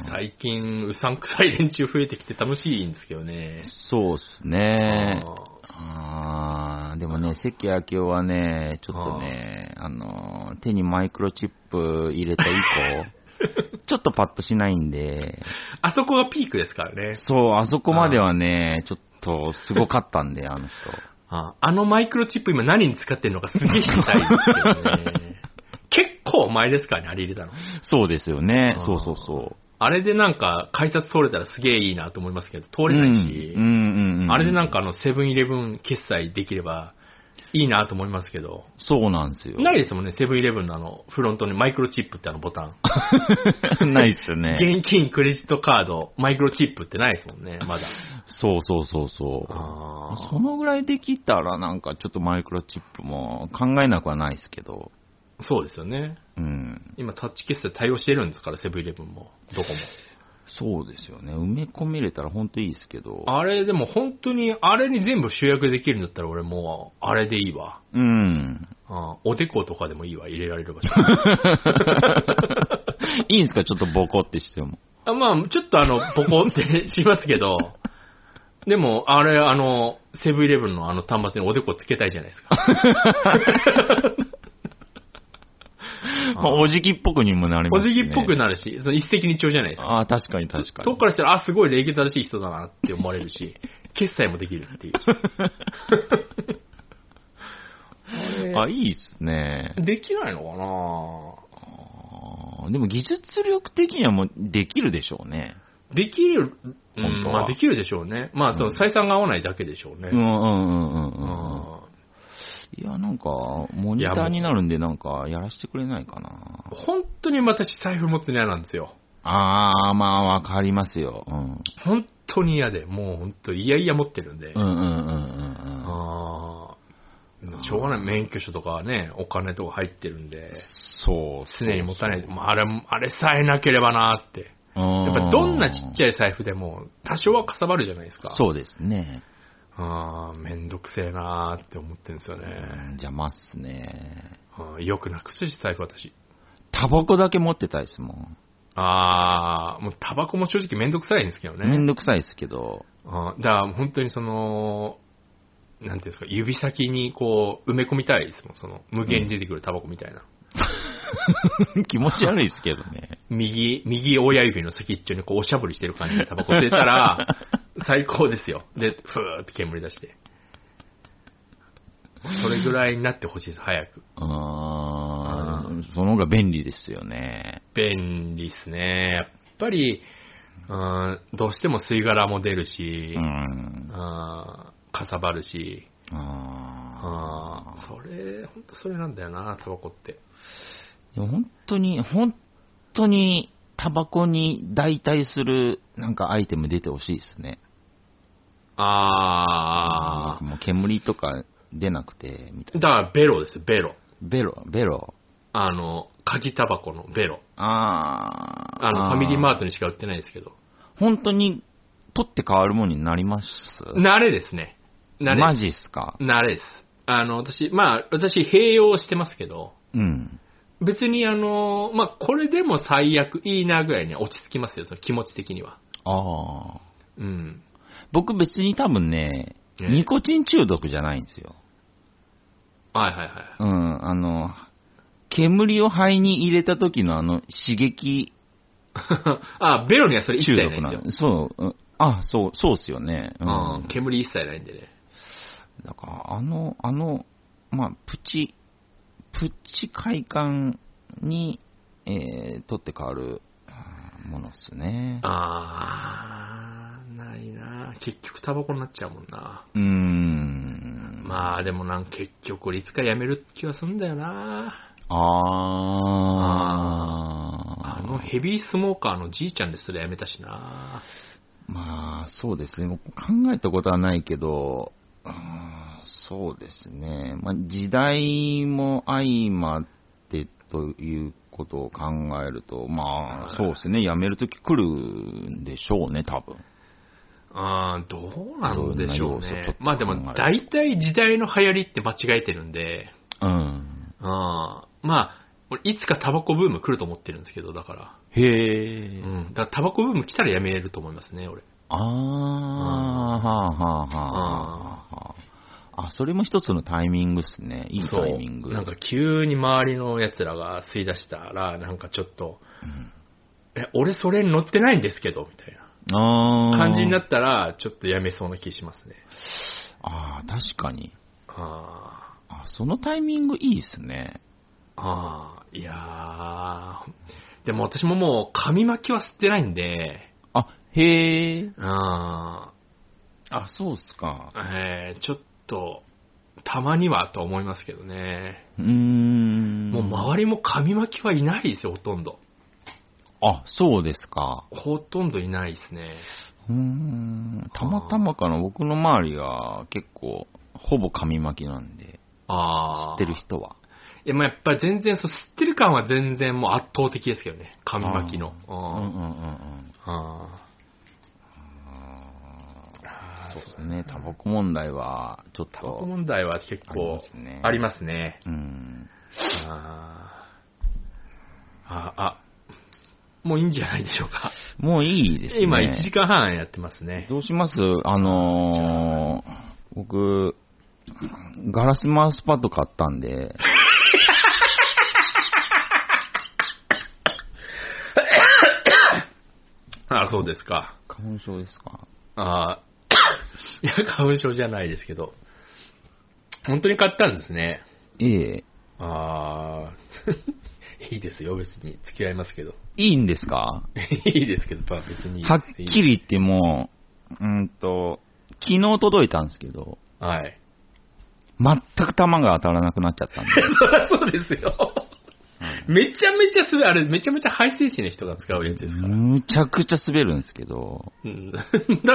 Speaker 1: んか最近、うさんくさい連中増えてきて楽しいんですけどね。
Speaker 2: そうっすね。
Speaker 1: あー
Speaker 2: あーでもね、関明夫はね、ちょっとね、あの、手にマイクロチップ入れた以 降、ちょっとパッとしないんで、
Speaker 1: あそこがピークですからね。
Speaker 2: そう、あそこまではね、ちょっとすごかったんで、 あの人。
Speaker 1: ああのマイクロチップ今何に使ってるのかすげえ知りたいですけど ね。結構前ですからね、あれ入れたの。
Speaker 2: そうですよね
Speaker 1: あー、
Speaker 2: そうそうそう。
Speaker 1: あれでなんか改札通れたらすげえいいなと思いますけど、通れないし、
Speaker 2: うんうんうんうん、
Speaker 1: あれでなんかあのセブンイレブン決済できればいいなと思いますけど、
Speaker 2: そうなんですよ。
Speaker 1: ないですもんね、セブンイレブンのあのフロントにマイクロチップってあのボタン。
Speaker 2: ないっすよね。
Speaker 1: 現金、クレジットカード、マイクロチップってないですもんね、まだ。
Speaker 2: そうそうそうそう。
Speaker 1: あー
Speaker 2: そのぐらいできたら、なんかちょっとマイクロチップも考えなくはないですけど。
Speaker 1: そうですよね。
Speaker 2: うん。
Speaker 1: 今タッチ決済対応してるんですから、セブンイレブンも、どこも。
Speaker 2: そうですよね。埋め込めれたら本当いいですけど。
Speaker 1: あれ、でも本当に、あれに全部集約できるんだったら俺もう、あれでいいわ。
Speaker 2: うん。
Speaker 1: あおでことかでもいいわ、入れられる 場所。
Speaker 2: いいんすかちょっとボコってしても。
Speaker 1: あまあ、ちょっとあの、ボコってしますけど、 でも、あれ、あの、セブンイレブンのあの端末におでこつけたいじゃないですか。
Speaker 2: まあおじきっぽくにもなり
Speaker 1: お
Speaker 2: ますね。
Speaker 1: 辞儀っぽくなるし、その一石二鳥じゃないですか。
Speaker 2: ああ、確かに確か
Speaker 1: 遠
Speaker 2: に
Speaker 1: く。からしたら、あ、すごい礼儀正しい人だなって思われる し、決済もできるっていうあれ。
Speaker 2: あ、いいっすね。
Speaker 1: できないのかな
Speaker 2: あーでも技術力的にはもうできるでしょうね。
Speaker 1: できる、うん
Speaker 2: 本当は
Speaker 1: まあできるでしょうね。まあその採算が合わないだけでしょうね。
Speaker 2: うんうんうんう
Speaker 1: う
Speaker 2: んうんうん。
Speaker 1: ん
Speaker 2: いや、なんか、モニターになるんで、なんか、やらせてくれないかな。
Speaker 1: 本当に私財布持つの嫌なんですよ。
Speaker 2: あー、まあ、わかりますよ。うん。
Speaker 1: 本当に嫌で、もう本当嫌々持ってるんで。
Speaker 2: うんうんうんうんうん。
Speaker 1: あーしょうがない。免許証とかはね、お金とか入ってるんで、
Speaker 2: そう。
Speaker 1: 常に持たない。まああれ、あれさえなければなーって。
Speaker 2: うん。
Speaker 1: やっぱどんなちっちゃい財布でも、多少はかさばるじゃないですか。う。
Speaker 2: そうですね。
Speaker 1: あーめんどくせえなーって思ってるんですよ
Speaker 2: うん
Speaker 1: ね。
Speaker 2: 邪魔っすね。
Speaker 1: うんよくなくすし、財布私。
Speaker 2: タバコだけ持ってたいですもん。
Speaker 1: あー、もうタバコも正直めんどくさいんですけど
Speaker 2: めん
Speaker 1: ね。
Speaker 2: どくさいです けど。
Speaker 1: あーだから本当にその、なんていうんですか、指先にこう埋め込みたいですもん、その無限に出てくるタバコみたいな。
Speaker 2: 気持ち悪いですけどね。
Speaker 1: 右、右親指の先っちょにこうおしゃぶりしてる感じでタバコ出た ら、最高ですよ。で、ふーって煙出して。それぐらいになってほしいです、早く。
Speaker 2: あーその方が便利ですよね。
Speaker 1: 便利ですね。やっぱり、うん、どうしても吸い殻も出るし、
Speaker 2: うん。
Speaker 1: あーかさばるし、
Speaker 2: あ
Speaker 1: あーそれ、本当それなんだよな、タバコって。
Speaker 2: ーでも本当に、本当に、タバコに代替する、なんかアイテム出てほしいですね。
Speaker 1: あ
Speaker 2: もう煙とか出なくて、みた
Speaker 1: ー。
Speaker 2: い
Speaker 1: だ
Speaker 2: な。
Speaker 1: から、ベロですよ、ベロ。
Speaker 2: ベロ、ベロ。
Speaker 1: あの、鍵タバコのベロ。
Speaker 2: あー。
Speaker 1: あの、ファミリーマー
Speaker 2: ト。
Speaker 1: トにしか売ってないですけど。
Speaker 2: 本当に、取って変わるものになります
Speaker 1: 慣れですね。慣れ。
Speaker 2: マジっすか
Speaker 1: 慣れです。あの、私、まあ、私、併用してますけど、
Speaker 2: うん。
Speaker 1: 別にあの、まあ、これでも最悪いいなぐらいには落ち着きますよ、その気持ち的には。
Speaker 2: ああ。
Speaker 1: うん。
Speaker 2: 僕別に多分ね、
Speaker 1: ええ
Speaker 2: ニコチン中毒じゃないんですよ。
Speaker 1: はいはいはい。
Speaker 2: うん、あの、煙を肺に入れた時のあの刺激
Speaker 1: あ、ベロにはそれ一
Speaker 2: 中
Speaker 1: 切ない
Speaker 2: 毒
Speaker 1: んで
Speaker 2: な
Speaker 1: すよ。
Speaker 2: んそう、うんあ、そう、そうっすよね。う
Speaker 1: うん
Speaker 2: ん。。
Speaker 1: 煙一切ないんでね。
Speaker 2: だから、あの、あの、まあ、プチ、プチ快感に、えー、取って変わるあーものっすね。
Speaker 1: あー、ないな結局タバコになっちゃうもんな。
Speaker 2: うーん。
Speaker 1: まあでもなん結局これいつかやめる気はすんだよな
Speaker 2: あ
Speaker 1: あ
Speaker 2: ー
Speaker 1: のヘビースモーカーのじいちゃんですらやめたしな
Speaker 2: まあ、そうですね。僕考えたことはないけど、うーんそうですね。まあ、時代も相まってということを考えると、まあ、そうですね。辞めるとき来るんでしょうね、多分。
Speaker 1: あーどうなんでしょう
Speaker 2: いろんな要素
Speaker 1: ね
Speaker 2: ちょっ。と
Speaker 1: まあでも大体時代の流行りって間違えてるんで、
Speaker 2: うん。
Speaker 1: うんまあ、俺いつかタバコブーム来ると思ってるんですけど、だから。
Speaker 2: へ
Speaker 1: う
Speaker 2: え。
Speaker 1: ん。だからタバコブーム来たらやめれると思いますね、俺。
Speaker 2: ああ、はあはあはあはあ。あ、それも一つのタイミングっすね。いい
Speaker 1: そう
Speaker 2: タイミング。
Speaker 1: なんか急に周りの奴らが吸い出したら、なんかちょっと、え、俺それに乗ってないんですけど、みたい
Speaker 2: あ
Speaker 1: な
Speaker 2: ー
Speaker 1: 感じになったら、ちょっとやめそうな気しますね。
Speaker 2: ああ、確かに。
Speaker 1: あ
Speaker 2: あ、そのタイミングいいっすね。
Speaker 1: あ、ああ、いやーでも私ももう紙巻きは吸ってないんで、
Speaker 2: あ、へえ。
Speaker 1: あ
Speaker 2: あ、そうっすか。
Speaker 1: あ、えーちょっと、たまにはと思いますけどね。
Speaker 2: うーん。
Speaker 1: もう周りも紙巻きはいないですよ、ほとんど。
Speaker 2: あ、そうですか。
Speaker 1: ほとんどいないですね。
Speaker 2: うーん。たまたまかな。僕の周りが結構、ほぼ紙巻きなんで、知
Speaker 1: ああ。
Speaker 2: ってる人は。
Speaker 1: いや、まあやっぱり全然、そう、吸ってる感は全然もう圧倒的ですけどね。紙巻きの。
Speaker 2: うんうんうんう
Speaker 1: あ
Speaker 2: ん。
Speaker 1: あ
Speaker 2: あーそうですね。タバコ問題は、ちょっ
Speaker 1: タバコ
Speaker 2: と、
Speaker 1: 問題は結構
Speaker 2: ありますね
Speaker 1: ありますね。
Speaker 2: うん。
Speaker 1: あーああ、もういいんじゃないでしょうか。
Speaker 2: もういいですね。
Speaker 1: 今1時間半やってますね。
Speaker 2: どうしますあのー、僕、ガラスマウスパッド買ったんで、
Speaker 1: あそうですか。
Speaker 2: 花粉症ですか
Speaker 1: あ ーいや、花粉症じゃないですけど。本当に買ったんですね。
Speaker 2: ええ。
Speaker 1: あ あ、いいですよ、別に。付き合いますけど。
Speaker 2: いいんですか
Speaker 1: いいですけど、まあ別にいいです。
Speaker 2: はっきり言ってもう、うんと、昨日届いたんですけど、
Speaker 1: はい。
Speaker 2: 全く弾が当たらなくなっちゃったんで。
Speaker 1: そりゃ そうですよ。めちゃめちゃすべ、あれ、めちゃめちゃ排水士の人が使うやつですから。
Speaker 2: むちゃくちゃ滑るんですけど、
Speaker 1: うん、 だ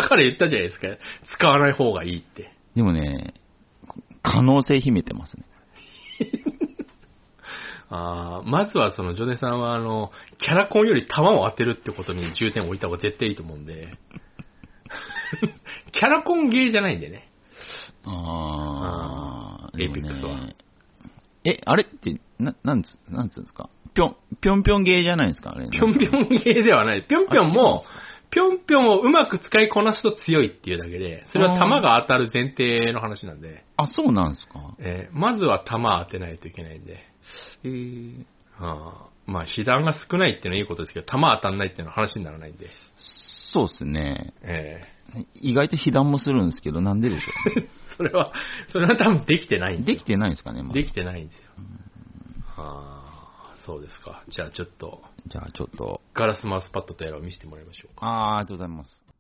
Speaker 1: から言ったじゃないですか。使わない方がいいって。
Speaker 2: でもね、可能性秘めてますね。
Speaker 1: あーまずはその、ジョネさんは、あの、キャラコンより弾を当てるってことに重点を置いた方が絶対いいと思うんで。 キャラコンゲーじゃないんでね。
Speaker 2: あ
Speaker 1: ーエイペックスは。
Speaker 2: え、あれって、な、なんつ、なんつうんですかぴょん、ぴょんぴょんゲーじゃないですかあれ。
Speaker 1: ぴょんぴょ
Speaker 2: ん。
Speaker 1: んゲーではない。ぴょんぴょんも
Speaker 2: あ、
Speaker 1: ぴょんぴょんをうまく使いこなすと強いっていうだけで、それは弾が当たる前提の話なんで、
Speaker 2: あ、そうなんですか
Speaker 1: えーまずは弾当てないといけないんで。
Speaker 2: えー、
Speaker 1: ああまあ、被弾が少ないっていうのはいいことですけど、弾当たんないっていうのは話にならないんで。
Speaker 2: そうですね。
Speaker 1: え
Speaker 2: 意外と被弾もするんですけど、なんででしょう、
Speaker 1: えそれは、それは多分できてないんで
Speaker 2: できてないんですかね、まだ
Speaker 1: できてないんですよ。ああ、そうですか。じゃあちょっと、
Speaker 2: じゃあちょっと。
Speaker 1: ガラスマウスパッドとやらを見せてもらいましょうか。
Speaker 2: あーありがとうございます。